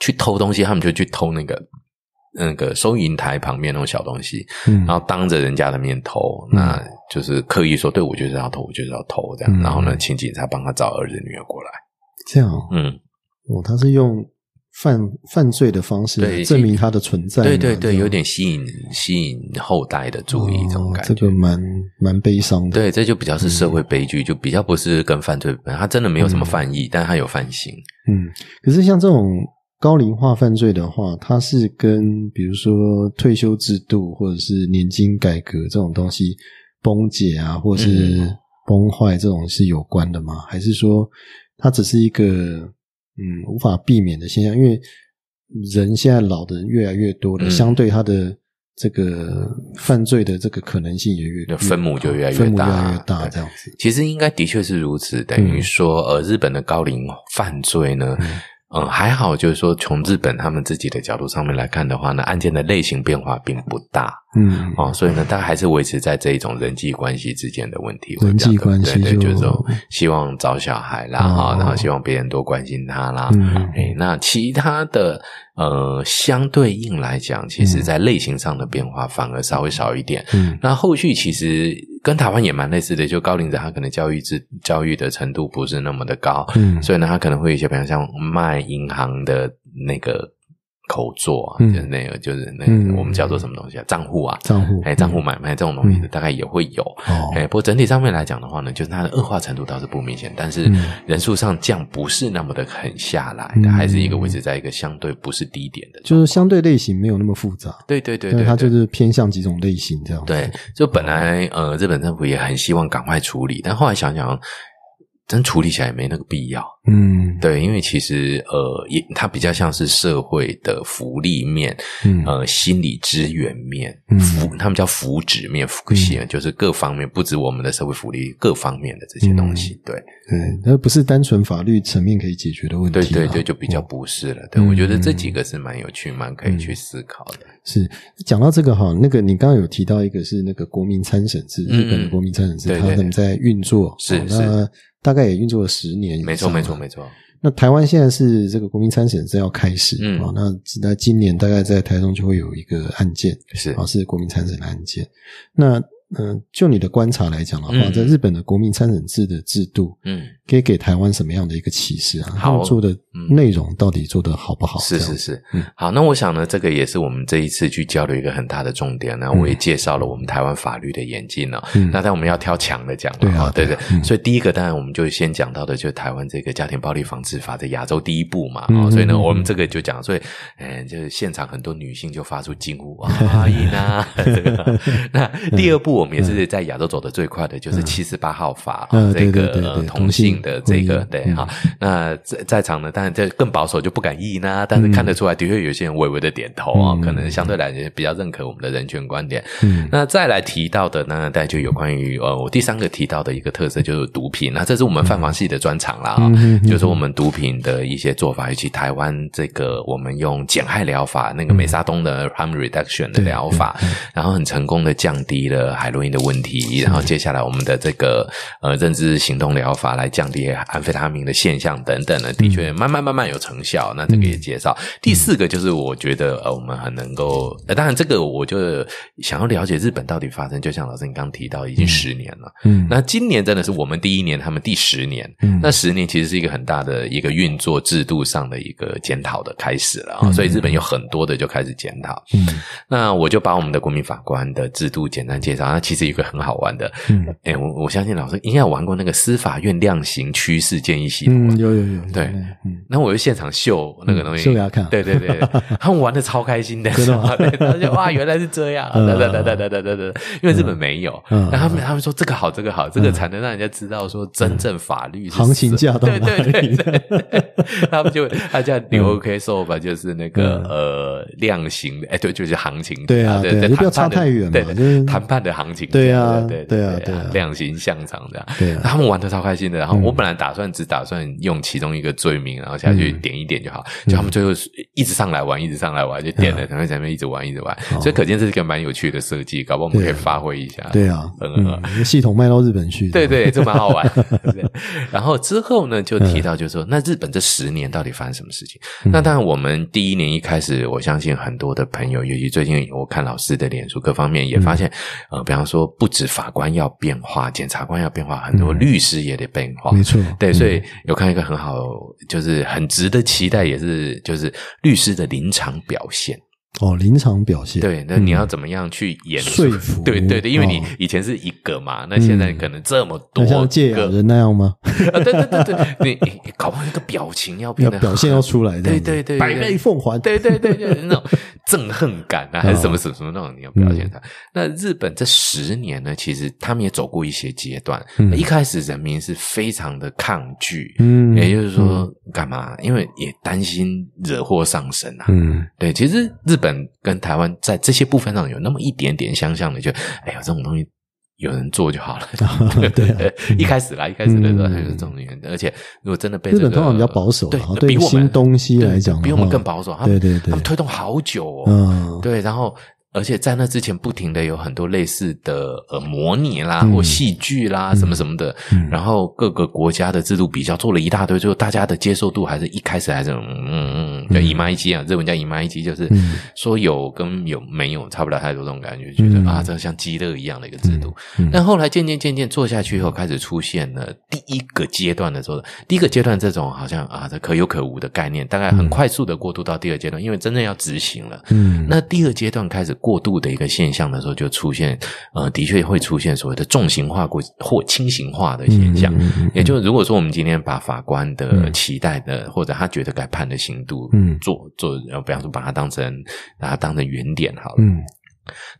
去偷东西，他们就去偷那个那个收银台旁边那种小东西，嗯，然后当着人家的面偷，嗯那就是刻意说，对我就是要偷，我就是要偷这样。嗯然后呢，请警察帮他找儿子女儿过来。这样嗯，哦，他是用犯犯罪的方式对来证明他的存在嘛，对对对，这样有点吸引吸引后代的注意，这种哦感这觉个。嗯蛮蛮悲伤的。对，这就比较是社会悲剧，就比较不是跟犯罪，他真的没有什么犯意，但他有犯行。嗯，可是像这种高龄化犯罪的话，它是跟比如说退休制度或者是年金改革这种东西崩解啊，或者是嗯崩坏这种是有关的吗？还是说它只是一个嗯无法避免的现象？因为人现在老的人越来越多了，嗯相对他的。这个犯罪的这个可能性也越就分母就越来越大分母越来越大，对这样子。其实应该的确是如此，等于说，呃，日本的高龄犯罪呢，嗯、还好，就是说从日本他们自己的角度上面来看的话呢，案件的类型变化并不大嗯，哦，所以呢，大概还是维持在这一种人际关系之间的问题，人际我这样关系对对，就嗯就是说希望找小孩啦，哈、哦然后希望别人多关心他啦，嗯哎，那其他的呃，相对应来讲，其实在类型上的变化反而稍微少一点。嗯那后续其实跟台湾也蛮类似的，就高龄者他可能教育制教育的程度不是那么的高，嗯 所以呢，他可能会有一些，比方像卖银行的那个口座啊，嗯就是那个就是那嗯个我们叫做什么东西啊，账户啊，账户哎，账户买卖这种东西的大概也会有。嗯哦哎，不过整体上面来讲的话呢，就是它的恶化程度倒是不明显，但是嗯人数上降不是那么的很下来，嗯它还是一个维持在一个相对不是低点的状态。就是相对类型没有那么复杂，对对对但对，是它就对是偏向几种类型这样。，对，就本来呃，日本政府也很希望赶快处理，但后来想想，真处理起来也没那个必要。嗯，对，因为其实呃，也它比较像是社会的福利面，嗯呃，心理支援面，嗯福他们叫福祉面、福祉面，就是各方面，不止我们的社会福利，各方面的这些东西。嗯对，对，那不是单纯法律层面可以解决的问题对啊。对对，就比较不是了。对，嗯我觉得这几个是蛮有趣、蛮可以去思考的。是讲到这个哈，那个你刚刚有提到一个是那个国民参审制，嗯日本的国民参审制，对对它怎么在运作？是哦那大概也运作了十年以上。没错，没错，没错。那台湾现在是这个国民参审制要开始，嗯啊，那那今年大概在台中就会有一个案件，哦是啊，是国民参审的案件。那嗯，就你的观察来讲的话，嗯在日本的国民参审制的制度，嗯，可以给台湾什么样的一个启示啊？他好们做的嗯内容到底做得好不好？是这样是是嗯，好，那我想呢，这个也是我们这一次去交流一个很大的重点。那我也介绍了我们台湾法律的演进哦。嗯那但我们要挑强的讲对了哦啊哈，对对对啊嗯。所以第一个，当然我们就先讲到的，就是台湾这个家庭暴力防治法的亚洲第一步嘛。嗯哦，所以呢，嗯我们这个就讲，所以嗯，就是现场很多女性就发出惊呼啊，阿姨 呢，这个。那第二步，我们也是在亚洲走得最快的，就是七十八号法嗯哦，这对对对个呃对同性的这个同性对嗯哈。那在在场呢，当然这更保守就不敢议呢，但是看得出来，的确有些人微微的点头啊、嗯可能相对来讲比较认可我们的人权观点。嗯那再来提到的呢，大概就有关于呃，我第三个提到的一个特色就是毒品，那这是我们犯防系的专长啦啊、嗯嗯嗯就是我们毒品的一些做法，以及台湾这个我们用减害疗法，那个美沙东的 harm reduction 的疗法，然后很成功的降低了海洛因的问题，然后接下来我们的这个呃认知行动疗法来降低安非他命的现象等等呢，的确慢慢慢慢有成效。那这个也介绍。第四个就是我觉得呃我们很能够，呃当然这个我就想要了解日本到底发生，就像老师你刚提到，已经十年了。嗯那今年真的是我们第一年，他们第十年。嗯那十年其实是一个很大的一个运作制度上的一个检讨的开始了啊、所以日本有很多的就开始检讨。嗯那我就把我们的国民法官的制度简单介绍。那其实有一个很好玩的，嗯哎，我我相信老师应该有玩过那个司法院量刑趋势建议系统吧。嗯，有有有，有对嗯然后我就现场秀那个东嗯西，秀给他看对对对，对他们玩的超开心的，真的吗对然后就哇，原来是这样，嗯对对对对对对对对，因为日本没有，嗯然后他们他们说这个好，这个好，这个才能让人家知道说真正法律是行情价到哪对里对对对，对他们就他叫留 OK 说吧，就是那个呃量刑的，哎对，就是行情价，对啊对对啊就不要谈判的差太远嘛对就是对，谈判的行情价，对啊对对啊对对啊量刑向场这样，对啊他们玩的超开心的。然后嗯我本来打算只打算用其中一个罪名，然后下嗯去点一点就好。就他们最后是一直上来玩，一直上来嗯玩，就点了，然后在那边一直玩，一直玩。所以可见这是一个蛮有趣的设计，搞不好我们可以哦对啊发挥一下。对啊，嗯嗯，系统卖到日本去，对对，这蛮好 玩。对然后之后呢，就提到嗯就是说，那日本这十年到底发生什么事情？那当然，我们第一年一开始，我相信很多的朋友，尤其最近我看老师的脸书各方面，也发现，嗯呃，比方说，不止法官要变化，检察官要变化，很多律师也得变化。嗯没错，嗯对，所以有看一个很好，就是很值得期待，也是就是律师的临场表现。哦，临场表现，对，那你要怎么样去嗯演说服对对对，因为你哦嗯以前是一个嘛，那现在可能这么那多个，像借咬人那样吗？啊，对对对对，你你你搞不好那个表情要变要得表现要出来，这样子对对对对百倍奉还，对对对对，那种憎恨感啊，还是什哦么什么什么那种，你要表现嗯它。那日本这十年呢，其实他们也走过一些阶段。嗯一开始人民是非常的抗拒，嗯也就是说干嘛？因为也担心惹祸上身啊。嗯， 对，其实日本跟台湾在这些部分上有那么一点点相像的，就哎呀，这种东西有人做就好了。 对啊一开始啦，一开始的时候嗯还是这种原则，而且如果真的被日这本个通常比较保守啦对然后，对比我们新东西来对讲的比我们话更保守。他对们对对啊他们推动好久哦，嗯，对，然后。而且在那之前，不停的有很多类似的呃模拟啦，嗯或戏剧啦，什么什么的。然后各个国家的制度比较做了一大堆，最后大家的接受度还是一开始还是嗯嗯嗯，对，姨妈一基啊，日文叫姨妈一基，就是嗯说有跟有没有差不了太多，这种感觉，觉得嗯啊，这像鸡肋一样的一个制度。嗯但后来渐渐渐渐做下去以后，开始出现了第一个阶段的时候，第一个阶段这种好像啊，这可有可无的概念，大概很快速的过渡到第二阶段，因为真正要执行了。嗯那第二阶段开始过渡的一个现象的时候，就出现呃，的确会出现所谓的重型化或或轻型化的现象。嗯嗯嗯嗯也就是如果说我们今天把法官的期待的、或者他觉得该判的刑度，嗯做做，呃比方说把它当成把它当成原点好了，嗯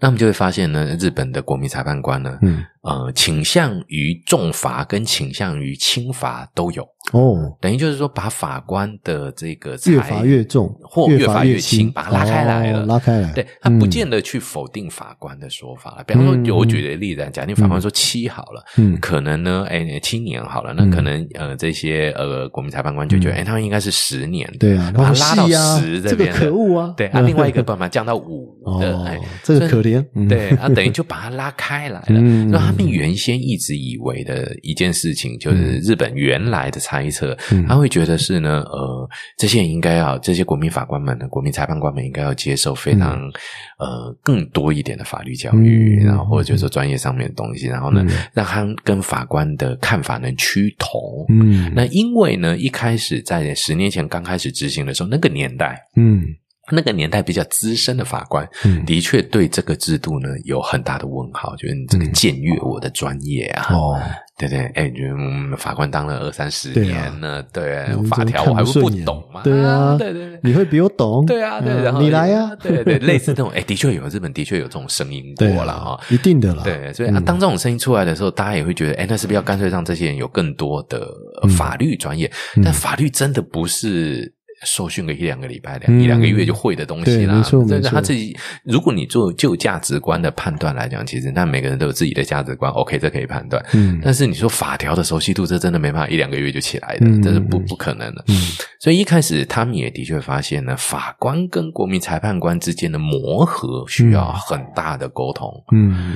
那我们就会发现呢，日本的国民裁判官呢，嗯，呃，倾向于重罚跟倾向于轻罚都有，哦，等于就是说把法官的这个裁越罚越重，或越罚越轻，把它拉开来了，哦拉开来，对他不嗯见得去否定法官的说法了。比方说，嗯就我举个例子来啊讲，假定法官说七好了，嗯可能呢，哎，七年好了，那可能呃，这些呃国民裁判官就觉嗯得，哎，他们应该是十年，对啊，把然后它拉到戏啊十这个边了，可恶啊，对啊，另 外一个把它降到五的，哦哎，这个所以可怜嗯对啊，等于就把它拉开来了。 嗯那他他们原先一直以为的一件事情，就是日本原来的猜测，嗯他会觉得是呢，呃，这些人应该要，这些国民法官们、国民裁判官们应该要接受非常、呃更多一点的法律教育，嗯然后或者就是说专业上面的东西，然后呢，嗯让他们跟法官的看法能趋同。 嗯那因为呢，一开始在十年前刚开始执行的时候，那个年代，嗯那个年代比较资深的法官，嗯的确对这个制度呢有很大的问号，就是你这个僭越我的专业啊，嗯哦， 对不对，哎，你觉得我们法官当了二三十对啊年呢，对,、有一种法条看我不还顺不眼懂嘛，对啊对对对。你会比我懂，对啊，对，嗯然后你来呀，对对，类似这种，哎，的确有日本的确有这种声音过 对了啊，一定的啦，对，所以啊，当这种声音出来的时候，大家也会觉得，哎，那是不是要干脆让这些人有更多的呃法律专业？嗯但法律真的不是。受训个一两个礼拜、两嗯一两个月就会的东西啦，对没错但没是错他自己，如果你做就价值观的判断来讲，其实那每个人都有自己的价值观，OK，这可以判断。嗯但是你说法条的熟悉度，这真的没办法一两个月就起来的，嗯这是不不可能的。所以一开始他们也的确发现呢，法官跟国民裁判官之间的磨合需要很大的沟通。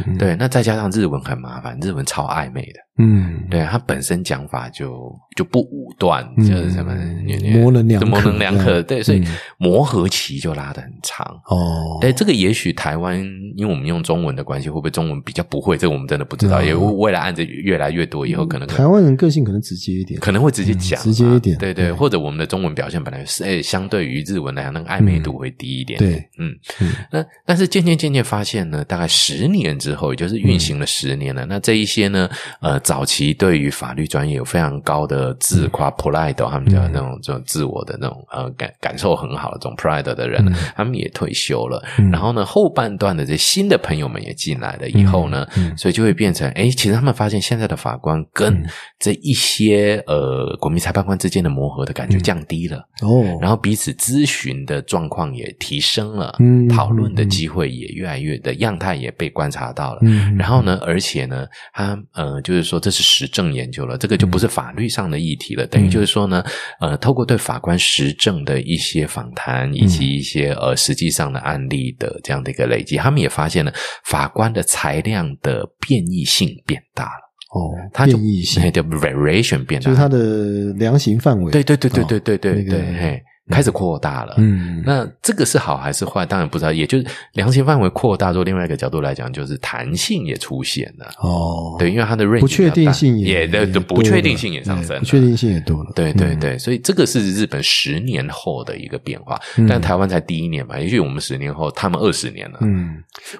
嗯对，那再加上日文很麻烦，日文超暧昧的，嗯，对它本身讲法就就不武断，嗯就是什么你你模棱两可模棱两这可，样对，所以嗯磨合期就拉得很长。哦，对，这个也许台湾，因为我们用中文的关系，会不会中文比较不会？这个我们真的不知嗯道。也未来按着越来越多以后，可能台湾人个性可能直接一点，可能会直接讲、啊嗯直接一点对对，对或者我们的中文表现本来是，哎，相对于日文来讲，那个暧昧度会低一点。嗯对，嗯，嗯那但是渐渐渐渐发现呢，大概十年之后，也就是嗯运行了十年了。那这一些呢，呃，早期对于法律专业有非常高的自夸嗯 pride，哦他们叫那种这种自我的那种呃感感受很好的这种 pride 的人呢，啊他们也退休了。嗯然后呢，后半段的这新的朋友们也进来了以后呢，嗯所以就会变成，哎，其实他们发现现在的法官跟这一些呃国民裁判官之间的磨合的嗯感觉降低了。哦，然后彼此咨询的状况也提升了，嗯讨论的机会也越来越的样态也被观察到了。嗯然后呢，而且呢，他呃，就是说这是实证研究了，这个就嗯不是法律上的议题了，等于就是说呢，呃，透过对法官实证的一些访谈以嗯及一些呃实际上的案例的这样的一个累积，他们也发现了法官的裁量的变异性变大了，哦，他 就变异性哎对 variation 变大就了，是它的量刑范围，对对对对哦对对对那个对，嘿，开始扩大了，嗯，那这个是好还是坏？当然不知道，也就是量刑范围扩大之后，另外一个角度来讲，就是弹性也出现了。哦，对，因为它的 range 不确定性比较大也也对也对不多确了定性也上升了，哎不确定性也多了，对对嗯对，所以这个是日本十年后的一个变化，嗯但台湾才第一年嘛，也许我们十年后，他们二十年了。嗯，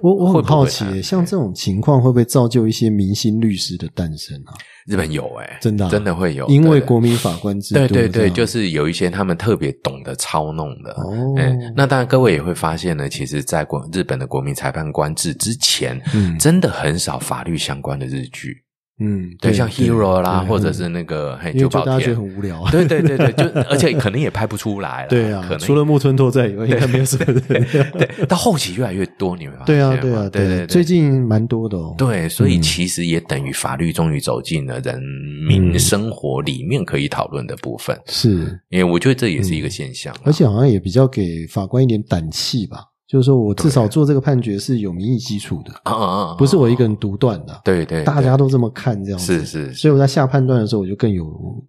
我我会很不好会奇啊耶，像这种情况会不会造就一些明星律师的诞生啊？日本有哎、真的啊真的会有，因为对对国民法官制度这对样，对对，就是有一些他们特别懂得操弄的。哦嗯，那当然，各位也会发现呢，其实，在国日本的国民裁判官制之前，嗯真的很少法律相关的日剧，嗯，对，像 Hero 啦，对或者嗯是那个嘿因为九就大家保觉田得很，无聊啊，对对对对，就而且可能也拍不出来了，对啊可，能除了木村拓哉以外，应该没有什么人。对，到后期越来越多，你会发现对啊，吗对啊，对对，最近蛮多的哦。对，所以其实也等于法律终于走进了人嗯民生活里面可以讨论的部分，是，因为我觉得这也是一个现象啦，啊而且好像也比较给法官一点胆气吧，就是说我至少做这个判决是有民意基础的，啊啊啊，啊不是我一个人独断的，对对，大对家都这么看这样子。是是是。所以我在下判断的时候，我就更有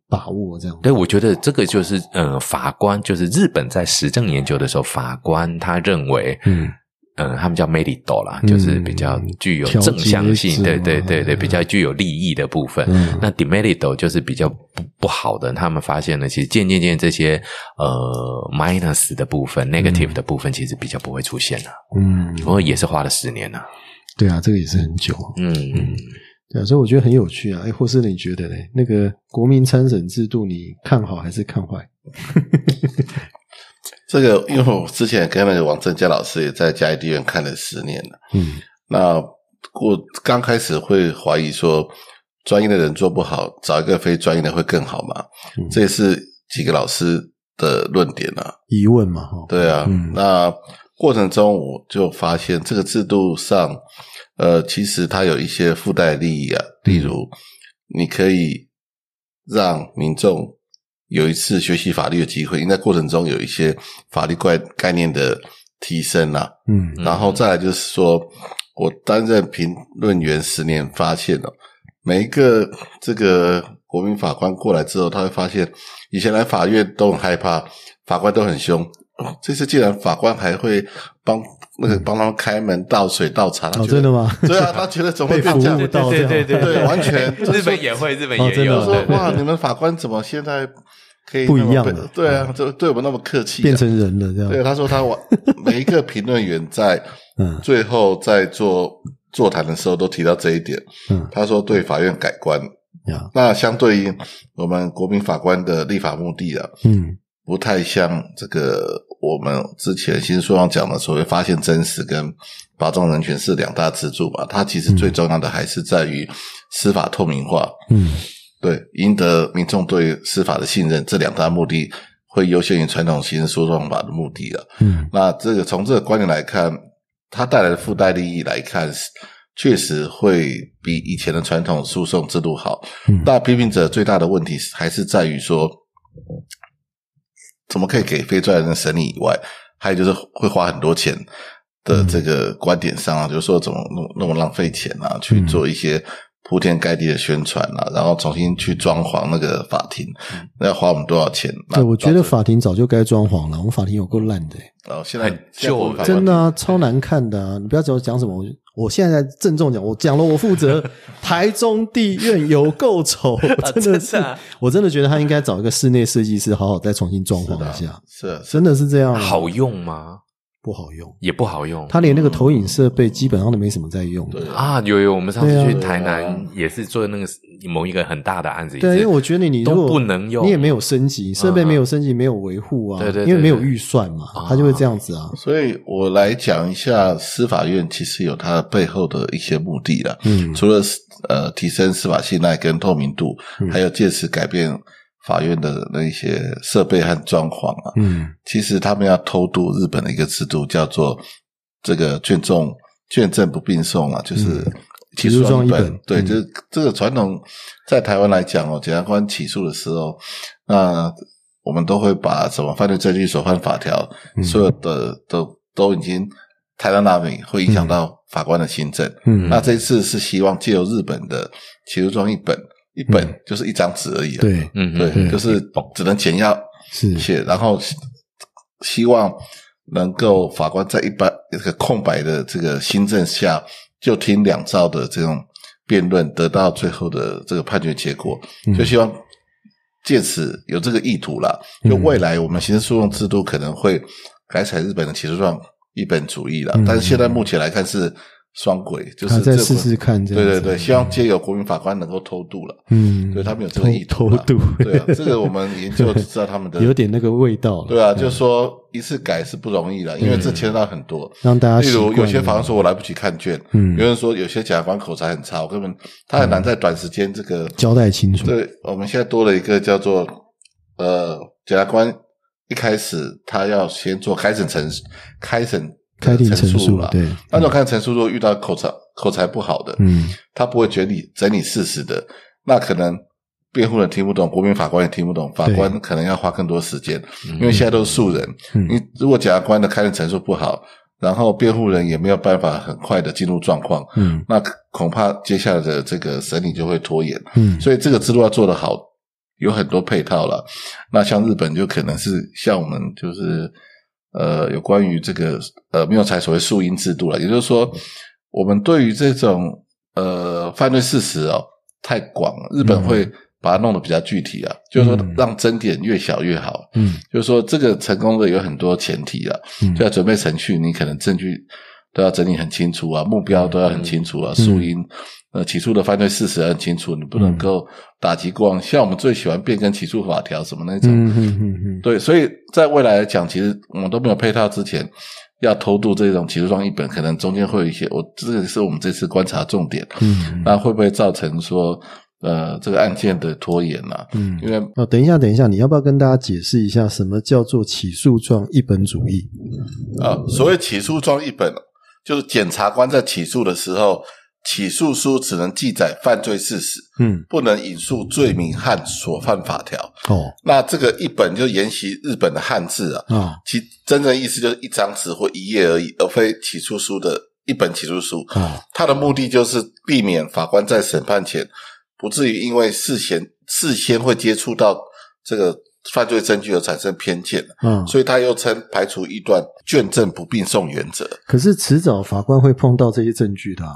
把握这样。对，我觉得这个就是，呃，法官就是日本在实证研究的时候，法官他认为，嗯，嗯，他们叫 merito 啦，嗯就是比较具有调节正向性，之对嘛对对对，嗯比较具有利益的部分。嗯那 demerito 就是比较不不好的，他们发现呢，其实渐渐渐这些呃 minus 的部分、negative 的部分，其实比较不会出现了。啊嗯，不过也是花了十年了、对啊，这个也是很久。嗯嗯，对啊，所以我觉得很有趣啊。哎，或是你觉得呢？那个国民参审制度，你看好还是看坏？这个，因为我之前跟那个王正佳老师也在嘉义地院看了十年了。嗯那我刚开始会怀疑说，专业的人做不好，找一个非专业的会更好嘛？嗯这也是几个老师的论点啊。疑问嘛，哈。对啊，嗯那过程中我就发现这个制度上，呃，其实它有一些附带利益啊，例如你可以让民众有一次学习法律的机会，因为在过程中有一些法律概概念的提升啊啦、嗯然后再来就是说，我担任评论员十年，发现哦，每一个这个国民法官过来之后，他会发现，以前来法院都很害怕，法官都很凶。 这次竟然法官还会帮那个帮他们开门倒水倒茶，他哦，觉得真的吗？对啊，他觉得怎么会被变这样服务？到对对对对完全 日本也会，日本哦也真的有，就哦说对对哇，对你们法官怎么现在可以不那么一样被了对啊，就对我们那么客气啊、变成人了这对，样，他说他往每一个评论员在嗯最后在做座谈的时候都提到这一点。嗯他说对法院改观，呀，那相对于我们国民法官的立法目的啊，嗯不太像这个我们之前新书上讲的所谓发现真实跟保障人权是两大支柱嘛。它其实最重要的还是在于司法透明化，嗯对赢得民众对司法的信任，这两大目的会优先于传统刑事诉讼法的目的啊。嗯那这个从这个观点来看，它带来的附带利益来看，是确实会比以前的传统诉讼制度好。嗯那批评者最大的问题是还是在于说，怎么可以给非专业人审理以外，还有就是会花很多钱的嗯这个观点上啊，就是说怎么那么那么浪费钱啊，去嗯做一些。铺天盖地的宣传啊，然后重新去装潢那个法庭，那要花我们多少钱？嗯那对，我觉到得最后法庭早就该装潢了，我们法庭有够烂的欸、哦，现在很旧现在了真的啊，超难看的啊！你不要讲讲什么，我我现在郑重讲，我讲了我负 责。台中地院有够丑，真的是真的 啊，我真的觉得他应该找一个室内设计师，好好再重新装潢一下。是啊真的是这样啊，好用吗？不好用？也不好用。他连那个投影设备基本上都没什么在用。对啊，有有，我们上次对啊去台对啊南也是做那个某一个很大的案子，对啊，也因是为我觉得你如都果不能用，嗯你也没有升级，设备没有升级，没有维护啊，对对对因为没有预算嘛对，他就会这样子啊。所以我来讲一下司法院其实有它背后的一些目的了，嗯除了呃提升司法信赖跟透明度，还有借此改变法院的那一些设备和装潢啊。嗯其实他们要偷渡日本的一个制度，叫做这个卷众卷证不并送啊，就是嗯起诉状起诉状一一本对，嗯就是这个传统在台湾来讲哦，检察官起诉的时候，那我们都会把什么犯罪证据所犯法条，嗯所有的都都已经抬到那里，会影响到法官的行政。嗯，那这一次是希望借由日本的起诉状一本，一本嗯就是一张纸而已、啊，对嗯哼，对，对就是只能简要是写，然后希希望能够法官在一般这个空白的这个新政下，就听两造的这种辩论，得到最后的这个判决结果，嗯就希望借此有这个意图啦。嗯就未来我们刑事诉讼制度可能会改采日本的起诉状一本主义啦，嗯但是现在目前来看是双轨，就他是再这试试。看，这对样对子对，希望借由国民法官能够偷渡了，嗯，对他们有这个意图偷啦偷渡，对啊，这个我们研究知道他们的有点那个味道了，对啊，就说一次改是不容易了，因为这牵涉到很多。嗯让大家例如，习惯有些了法官说我来不及看卷，嗯有人说有些检察官口才很差，我根本他很难在短时间这个。交代清楚，对，我们现在多了一个叫做呃，检察官一开始他要先做开审陈开审开庭陈陈述了。对，那种开审陈述，如果遇到口才口才不好的，嗯他不会整理整理事实的，那可能辩护人听不懂，国民法官也听不懂，法官可能要花更多时间，嗯因为现在都是素人。嗯你如果检察官的开庭陈述不好，然后辩护人也没有办法很快的进入状况，嗯那恐怕接下来的这个审理就会拖延。嗯，所以这个制度要做得好，有很多配套了。那像日本就可能是像我们就是呃有关于这个呃没有采所谓树荫制度了，也就是说我们对于这种呃犯罪事实哦太广了，日本会把它弄得比较具体啊，就是说嗯让争点越小越好。嗯就是说这个成功的有很多前提啊，嗯就要准备程序，你可能证据都要整理很清楚啊，目嗯标都要很清楚啊，诉因、呃起诉的犯罪事实要很清楚，你不嗯能够打击过往。像我们最喜欢变更起诉法条什么那种，嗯嗯嗯对，所以在未来来讲，其实我们都没有配套之前，要偷渡这种起诉状一本，可能中间会有一些，我这个是我们这次观察重点，嗯嗯那会不会造成说呃这个案件的拖延啊？嗯因。为哦，等一下，等一下，你要不要跟大家解释一下什么叫做起诉状一本主义？啊，所谓起诉状一本，就是检察官在起诉的时候，起诉书只能记载犯罪事实，嗯，不能引述罪名和所犯法条。哦那这个一本就沿袭日本的汉字啊，啊其真正意思就是一张纸或一页而已，而非起诉书的一本起诉书。啊，它的目的就是避免法官在审判前不至于因为事先事先会接触到这个犯罪证据而产生偏见，嗯，所以他又称排除异端、卷证不并送原则。可是迟早法官会碰到这些证据的、啊。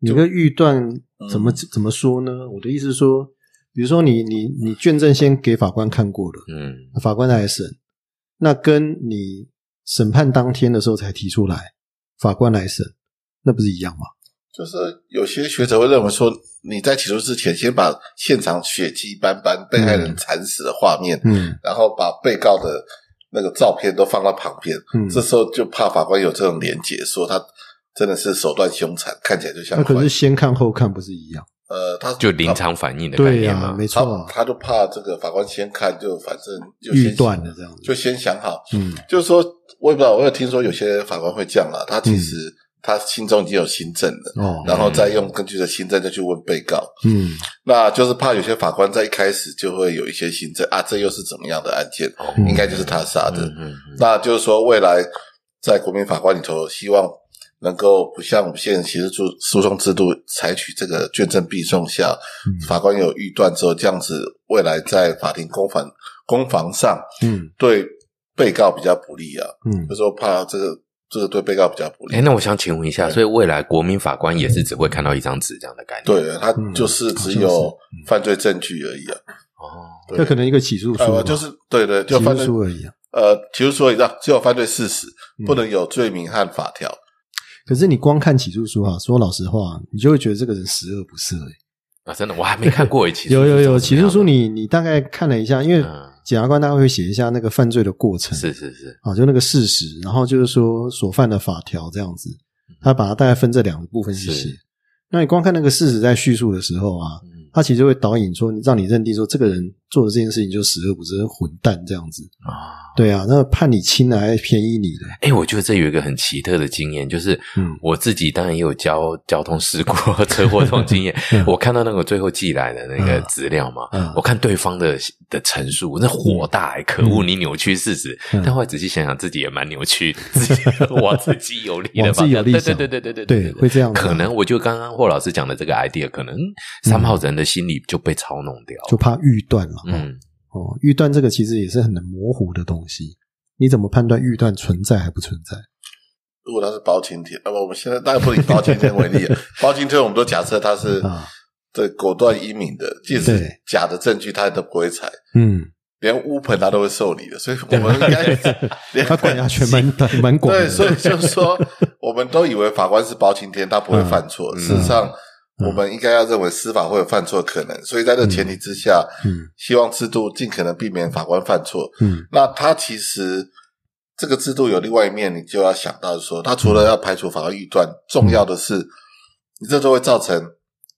你个预断怎嗯么、怎么说呢？我的意思是说，比如说你你你卷证先给法官看过了，嗯，法官来审，那跟你审判当天的时候才提出来，法官来审，那不是一样吗？就是有些学者会认为说，你在起诉之前先把现场血迹斑斑、被害人惨死的画面，嗯然后把被告的那个照片都放到旁边，嗯，这时候就怕法官有这种连结，说他真的是手段凶残，看起来就像那可是坏人先看后看不是一样？呃，他就临场反应的概对念呀、嘛。没他错啊，他就怕这个法官先看，就反正就先预断的这样就子。先想好。嗯就是说，我也不知道，我有听说有些法官会这样啦，他嗯其实、他心中已经有新证了，哦然后再用根据的新证再去问被告，嗯那就是怕有些法官在一开始就会有一些新证啊，这又是怎么样的案件，哦嗯应该就是他杀的。嗯嗯嗯那就是说，未来在国民法官里头，希望能够不像我们现在刑事诉诉讼制度采取这个卷证必送下，法官有预断之后，这样子未来在法庭攻防攻防上嗯对被告比较不利啊，嗯就，说怕这个这个对被告比较不哎，利。那我想请问一下，所以未来国民法官也是只会看到一张纸这样的概念？对，他就是嗯只好像是嗯有犯罪证据而已啊，哦，对那可能一个起诉书呃，吧，就是对对，就起犯诉罪书而已啊。呃，起诉书以上只有犯罪事实嗯，不能有罪名和法条。可是你光看起诉书啊，说老实话，你就会觉得这个人十恶不赦、欸。啊，真的，我还没看 过一起。有有有，起诉书你你大概看了一下，因为嗯检察官大概会写一下那个犯罪的过程，是是是，啊，就那个事实，然后就是说所犯的法条这样子，他把它大概分这两个部分去写是。那你光看那个事实在叙述的时候啊，嗯他其实会导引说，让你认定说这个人做的这件事情就十恶不赦、混蛋这样子。啊，对啊，那判你轻的还便宜你的，哎，我觉得这有一个很奇特的经验，就是嗯我自己当然也有交交通事故、车祸这种经验嗯。我看到那个最后寄来的那个嗯资料嘛，嗯我看对方的的陈述，那火大、欸，可恶，你扭曲事实。嗯但后来仔细想想，自己也蛮扭曲，自己往自己有利的往自方己有向，利对想对对对对对对，会这样子啊，可能我就刚刚霍老师讲的这个 idea，可能三号人的心理就被操弄掉。就怕预断了。嗯。嗯，哦，预断这个其实也是很模糊的东西，你怎么判断预断存在还不存在？如果他是包青天，那么我们现在当然不以包青天为 例，包青天我们都假设他是啊对果断英明的，即对使假的证据他都不会采，嗯，连乌盆他都会受理的，所以我们应该 连他管辖权蛮大蛮广对，的，所以就是说，我们都以为法官是包青天，他不会犯错。嗯事实上，我们应该要认为司法会有犯错可能，所以在这前提之下，嗯希望制度尽可能避免法官犯错。嗯那他其实这个制度有另外一面，你就要想到说，他除了要排除法官预断，重要的嗯是，你这就会造成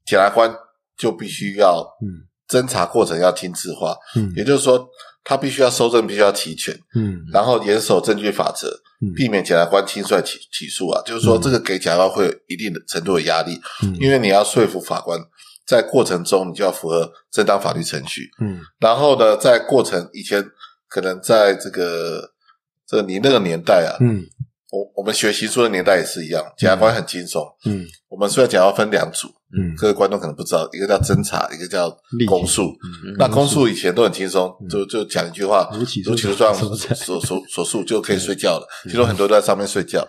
检察官就必须要嗯侦查过程要精致化，嗯也就是说，他必须要搜证，必须要齐全，嗯然后严守证据法则嗯，避免检察官轻率起起诉啊。就是说，嗯这个给检察官会有一定的程度的压力，嗯因为你要说服法官，在过程中你就要符合正当法律程序。嗯然后呢，在过程以前，可能在这个这个你那个年代啊，嗯我我们学习书的年代也是一样，检察官很轻松。嗯我们虽然讲要分两组，嗯，各位观众可能不知道，一个叫侦查，一个叫立公诉。嗯那公诉以前都很轻松，嗯就就讲一句话，如起诉如起诉状什么所之类的嗯所所所述就可以睡觉了。听说很多都在上面 睡觉，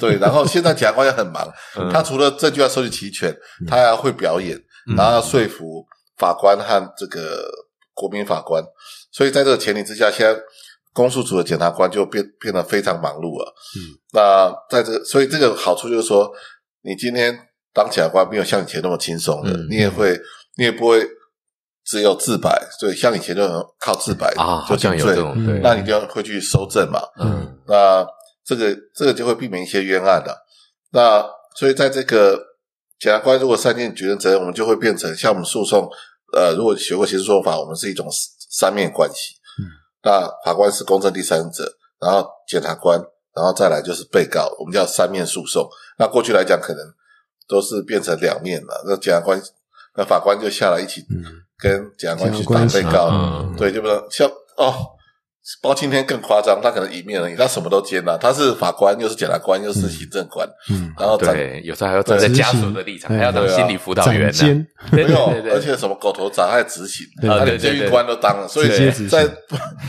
对。然后现在检察官也很忙，嗯他除了证据要收集齐全，他还要会表演，嗯然后要说服法官和这个国民法官。所以在这个前提之下，现在公诉组的检察官就变变得非常忙碌了。嗯，那在这个，所以这个好处就是说，你今天当检察官没有像以前那么轻松了，嗯你也会，你也不会只有自白，对，像以前就靠自白啊，好就像定有这罪，种对，那你就会去搜证嘛，嗯那这个这个就会避免一些冤案的、那所以在这个检察官如果擅尽举证责任，我们就会变成像我们诉讼，呃，如果学过刑事诉讼法，我们是一种三面关系。嗯，那法官是公正第三者，然后检察官，然后再来就是被告，我们叫三面诉讼。那过去来讲，可能都是变成两面了。那检察官、那法官就下来一起跟检察官嗯检去察官啊打一起被告，嗯对，就不能像哦。包青天更夸张，他可能一面而已，他什么都兼了、他是法官，又是检察官，又是行政官，嗯，然后长对，有时候还要站在家属的立场，对还要当心理辅导员啊展呢。间对没有对对，对，而且什么狗头铡还执行，对他啊连对对监狱对官都当了，所以直接执行在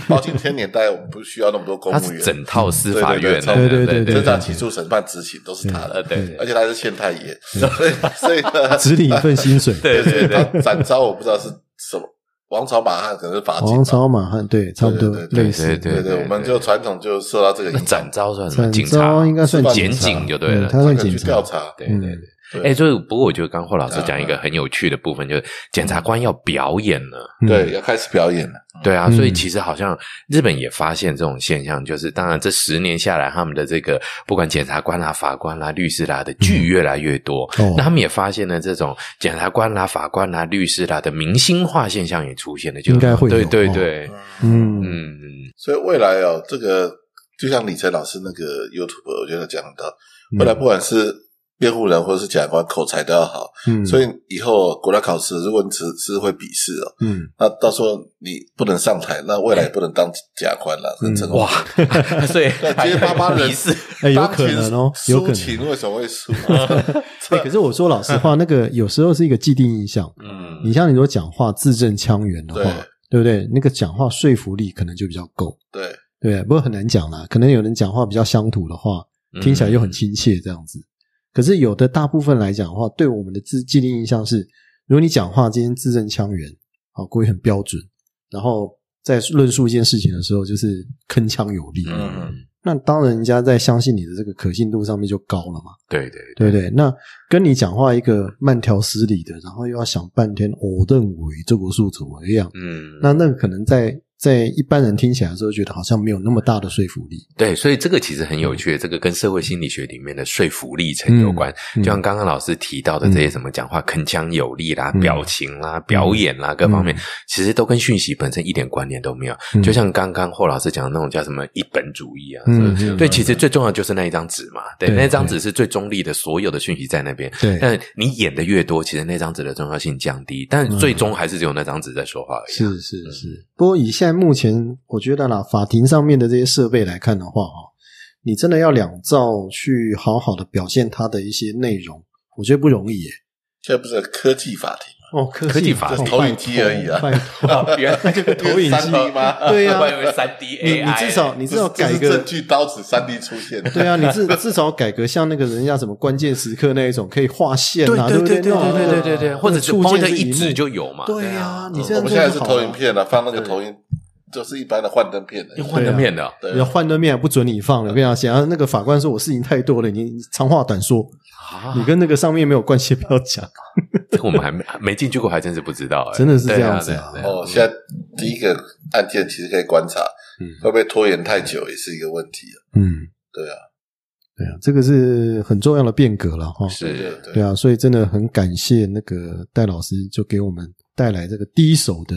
包青天年代，我们不需要那么多公他务是员，整套司法院对的，对对对对对侦对查起诉、审判、执行都是他呃的，对而，且他是县太爷， 所以所以呢，只 领一份薪水，对对对他展昭我不知道是什么，王朝马汉可能是法警吧，王朝马汉对，差不多对对对类似，对对对，我们就传统就受到这个那影响，展昭算什么？展警察昭应该算是吧检察警就对了嗯。他算这个警去察调，查，对嗯对对。哎，对就是不过我觉得刚霍老师讲一个很有趣的部分，就是检察官要表演了。嗯对，要开始表演了，对啊，嗯所以其实好像日本也发现这种现象，就是当然这十年下来，他们的这个不管检察官啦、啊法官啦、律师啦的剧越来越多。哦那他们也发现了这种检察官啦、法官啦、律师啊啦的明星化现象也出现了，就应该会有对对哦对，嗯，嗯，所以未来哦，这个就像李晨老师那个 YouTube，我觉得讲到，嗯未来不管是辩护人或者是检察官，口才都要好。嗯，所以以以后国家考试，如果你只是会笔试哦，嗯，那到时候你不能上台，那未来也不能当检察官了，嗯跟陈哇， 所以那结结巴巴人还有是哎，有可能哦，有可能。抒情为什么会输？啊 哎，可是我说老实 话，那个有时候是一个既定印象。嗯你像你如果讲话字正腔圆的话，对不对？那个讲话说服力可能就比较够，对，对不对？不过很难讲啦，可能有人讲话比较乡土的话， 听起来嗯又很亲切这样子。可是有的大部分来讲的话，对我们的自既定印象是，如果你讲话今天字正腔圆，好、哦，过于很标准，然后在论述一件事情的时候，就是铿锵有力。嗯，那当人家在相信你的这个可信度上面就高了嘛，对对对不对？那跟你讲话一个慢条斯理的，然后又要想半天，我认为这个数怎么样？嗯，那那个可能在在一般人听起来的时候，觉得好像没有那么大的说服力。对，所以这个其实很有趣，这个跟社会心理学里面的说服历程有关。嗯嗯就像刚刚老师提到的这些什么讲话铿锵有力啦、嗯表情啦、表演啦各方面嗯，其实都跟讯息本身一点关联都没有。嗯就像刚刚霍老师讲的那种叫什么一本主义啊，嗯是不是嗯对，其实最重要就是那一张纸嘛，对，对那张纸是最中立的，所有的讯息在那边。对但你演的越多，其实那张纸的重要性降低，但最终还是只有那张纸在说话而 已啊。嗯是是是，不过以现在目前我觉得啦，法庭上面的这些设备来看的话，哈，你真的要两造去好好的表现它的一些内容，我觉得不容易耶。现在不是科技法庭，哦，科科技法哦庭投影机而已啊拜 托拜哦原来这个投影机三 D 吗？托对呀、 我以为三 D 你你 AI 至少你至 少这改是个证。据刀子三 D 出现，对啊，你 至至少改革像那个人家什么关键时刻那一种可以画线啊，对不对对那种对对对对，或者是触键 point 是一幕指就有嘛。对啊啊，，你我这样们做现在就是好投了影，片了，放那个投影就是一般的幻灯片了。用幻啊灯片的，对要换灯面还不准你放了，跟你讲，然后那个法官说我事情太多了，你长话短说，啊 你跟那个上面没有关系，不要 讲。这个我们还没没进去过，还真是不知道，哎真的是这样子啊对对对哦，现在第一个案件其实可以观察，嗯会不会拖延太久也是一个问题啊。嗯，对啊，对啊，这个是很重要的变革了哈。是对对啊，所以真的很感谢那个戴老师，就给我们带来这个第一手的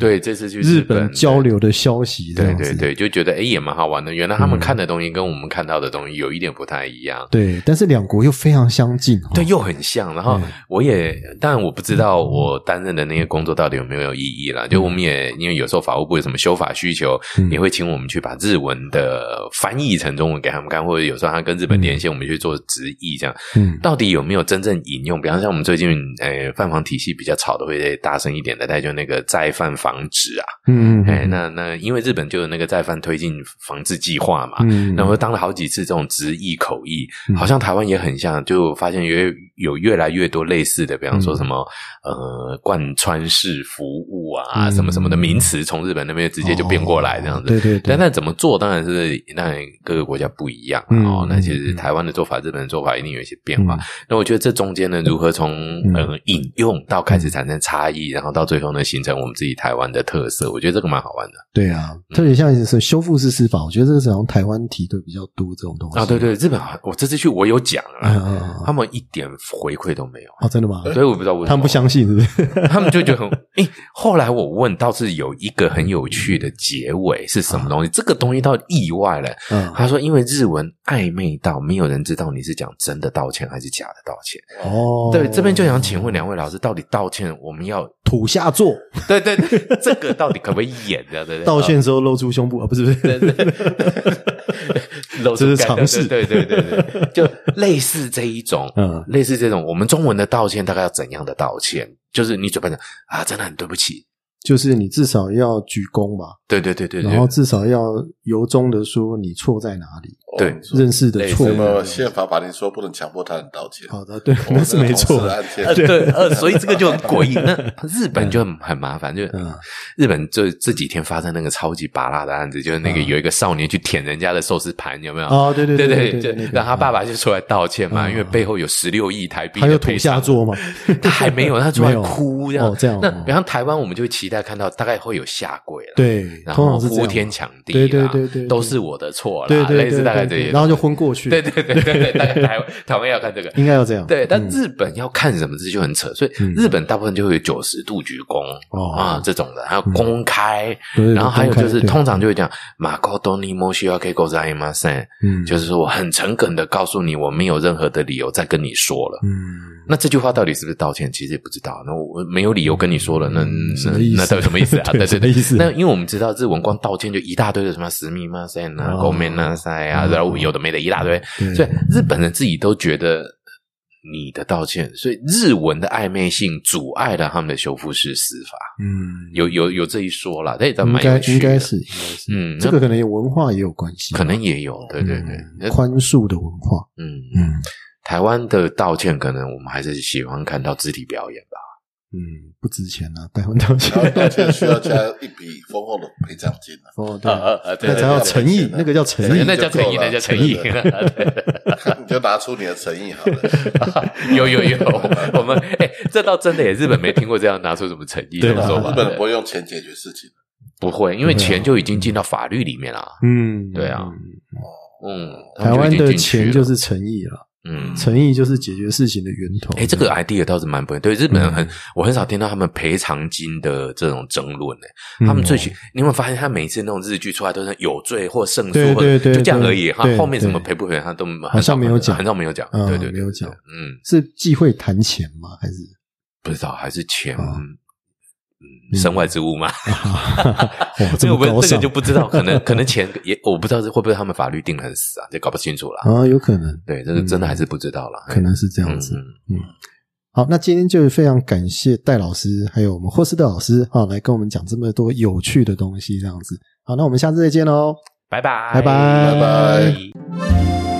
对这次去日本本交。流的消息，这对样子对对，就觉得哎也蛮好玩的。原来他嗯们看的东西跟我们看到的东西有一点不太一样，对，但是两国又非常相近哈，对，又很像。然后对我也，但我不知道嗯我担任的那些工作到底有没有意义啦。就我们也因为有时候法务部有什么修法需求，嗯也会请我们去把日文的翻译成中文给他们看，或者有时候他跟日本连线，我们去做直译这样。嗯到底有没有真正引用？比方像我们最近，呃，犯房体系比较吵的会大声一点的，那就那个再犯防止啊，嗯嗯哎、嗯那那因为日本就有那个再犯推进防治计划嘛，嗯，然后当了好几次这种直译口译，嗯好像台湾也很像，就发现有有越来越多类似的，比方嗯说什么、呃贯穿式服务啊，嗯什么什么的名词，从日本那边直接就变过来这样子。哦对对对但，那怎么做，当然是当然各个国家不一样、然哦嗯。那其实嗯台湾的做法、日本的做法一定有一些变化。嗯那我觉得这中间呢，如何从嗯呃引用到开始产生差异，然后到最后呢，形成我们自己台台湾的特色，我觉得这个蛮好玩的。对啊，嗯特别像是修复式司法，我觉得这个是好像台湾提的比较多这种东西啊，对，对，日本好我这次去我有讲哦嗯嗯啊嗯，他们一点回馈都没有，哦，真的吗？所以我不知道为什么他们不相信是不 是？他们就觉得很诶、后来我问，倒是有一个很有趣的结尾是什么啊东西？这个东西倒意外了。嗯，他说，因为日文暧昧到没有人知道你是讲真的道歉还是假的道歉。哦，对，这边就想请问两位老师，到底道歉我们要 土下座，对对对，这个到底可不可以演的？对对，道歉之后露出胸部啊，不是不是，露出这是干尝试对对对对对，就类似这一种， 嗯类似这种，我们中文的道歉大概要怎样的道歉？就是你嘴巴讲啊，真的很对不起，就是你至少要鞠躬吧，对对对对对然后至少要由衷的说你错在哪里，对哦认识的错类似那误么。宪法法庭说不能强迫他人道歉，好的，对，哦我那是没错们的。同事呃 案件对呃，所以这个就很诡异。那日本就很很麻烦，就嗯日本就这几天发生那个超级拔辣的案子，就是那个嗯有一个少年去舔人家的寿司盘，有没有？哦，对对对对啊对对，对那，个让他爸爸就出来道歉嘛，嗯因为背后有十六亿台币他的有土赔下偿。座吗？他还没有，他出没来有哭这哦这样样。那哦比方台湾，我们就会期待看到大概会有下跪了，，对，然通后常是这呼样天抢地啦，对对对对，都是我的错啦，对对类对似大概对这对，些东西。然后就昏过去，对对 对对对，大概台湾 台湾要看这个，应该要这样。对，但嗯日本要看什么这就很扯，所以嗯日本大部分就会有九十度鞠躬哦啊这种的，还有公开，对对然后还有公开就是对通常就会讲马高多尼莫西要可以狗在吗？塞，嗯就是说我很诚恳的告诉你，我没有任何的理由再跟你说了。嗯，那这句话到底是不是道歉？其实也不知道。那我没有理由跟你说了，那嗯什那么意思那到底什么意思啊？ 对对什对么对，意思那因为我们知道日文光道歉就一大堆的什么死密吗？塞啊、哦狗面啊、塞啊，嗯然后有的没的一大堆，对所以日本人自己都觉得你的道歉，所以日文的暧昧性阻碍了他们的修复式司法，嗯，有有有这一说啦，但也倒应蛮该有趣应的该是应该是，嗯，这个可能有文化也有关系，啊那可能也有，对对对，嗯宽恕的文化，嗯嗯，嗯台湾的道歉可能我们还是喜欢看到肢体表演吧。嗯，不值钱啊，台湾道歉哦然后道歉需要加一笔丰厚的赔偿金 啊哦，对啊，啊啊，那才叫诚意，那个叫 诚对意，那叫诚意，那叫诚意。 你就拿出你的诚意好了。有有 有，我们哎，这倒真的耶，日本没听过这样拿出什么诚意对啊这么说日本人吧？不会用钱解决事情，不会，因为对啊钱就已经进到法律里面了。嗯，对啊嗯嗯，他台们就已湾经的进去钱了就是诚意了，嗯。诚意就是解决事情的源头。哎，这个 idea 倒是蛮不对。日嗯本人很，我很少听到他们赔偿金的这种争论诶。嗯他们最喜，你有没有发现他每一次那种日剧出来都是有罪或胜诉，对或对对就这样对而已。他对后面什么对赔不赔他都很少好像没有讲很少没有讲。嗯对对，对没有讲。对对嗯，是忌讳谈钱吗？还是不知道还是钱，啊嗯，身外之物嘛，哇，这这 个么高我这尚个就不知道，可能 可能钱也我不知道是会不会他们法律定得很死啊，这搞不清楚啦。啊，有可能，对，这个真的还是不知道啦。嗯可能是这这样子。好，那今天就非常感谢戴老师，还有我们霍斯特老师啊，来跟我们讲这么多有趣的东西，这样子。好，那我们下次再见喽。拜拜，拜拜拜拜。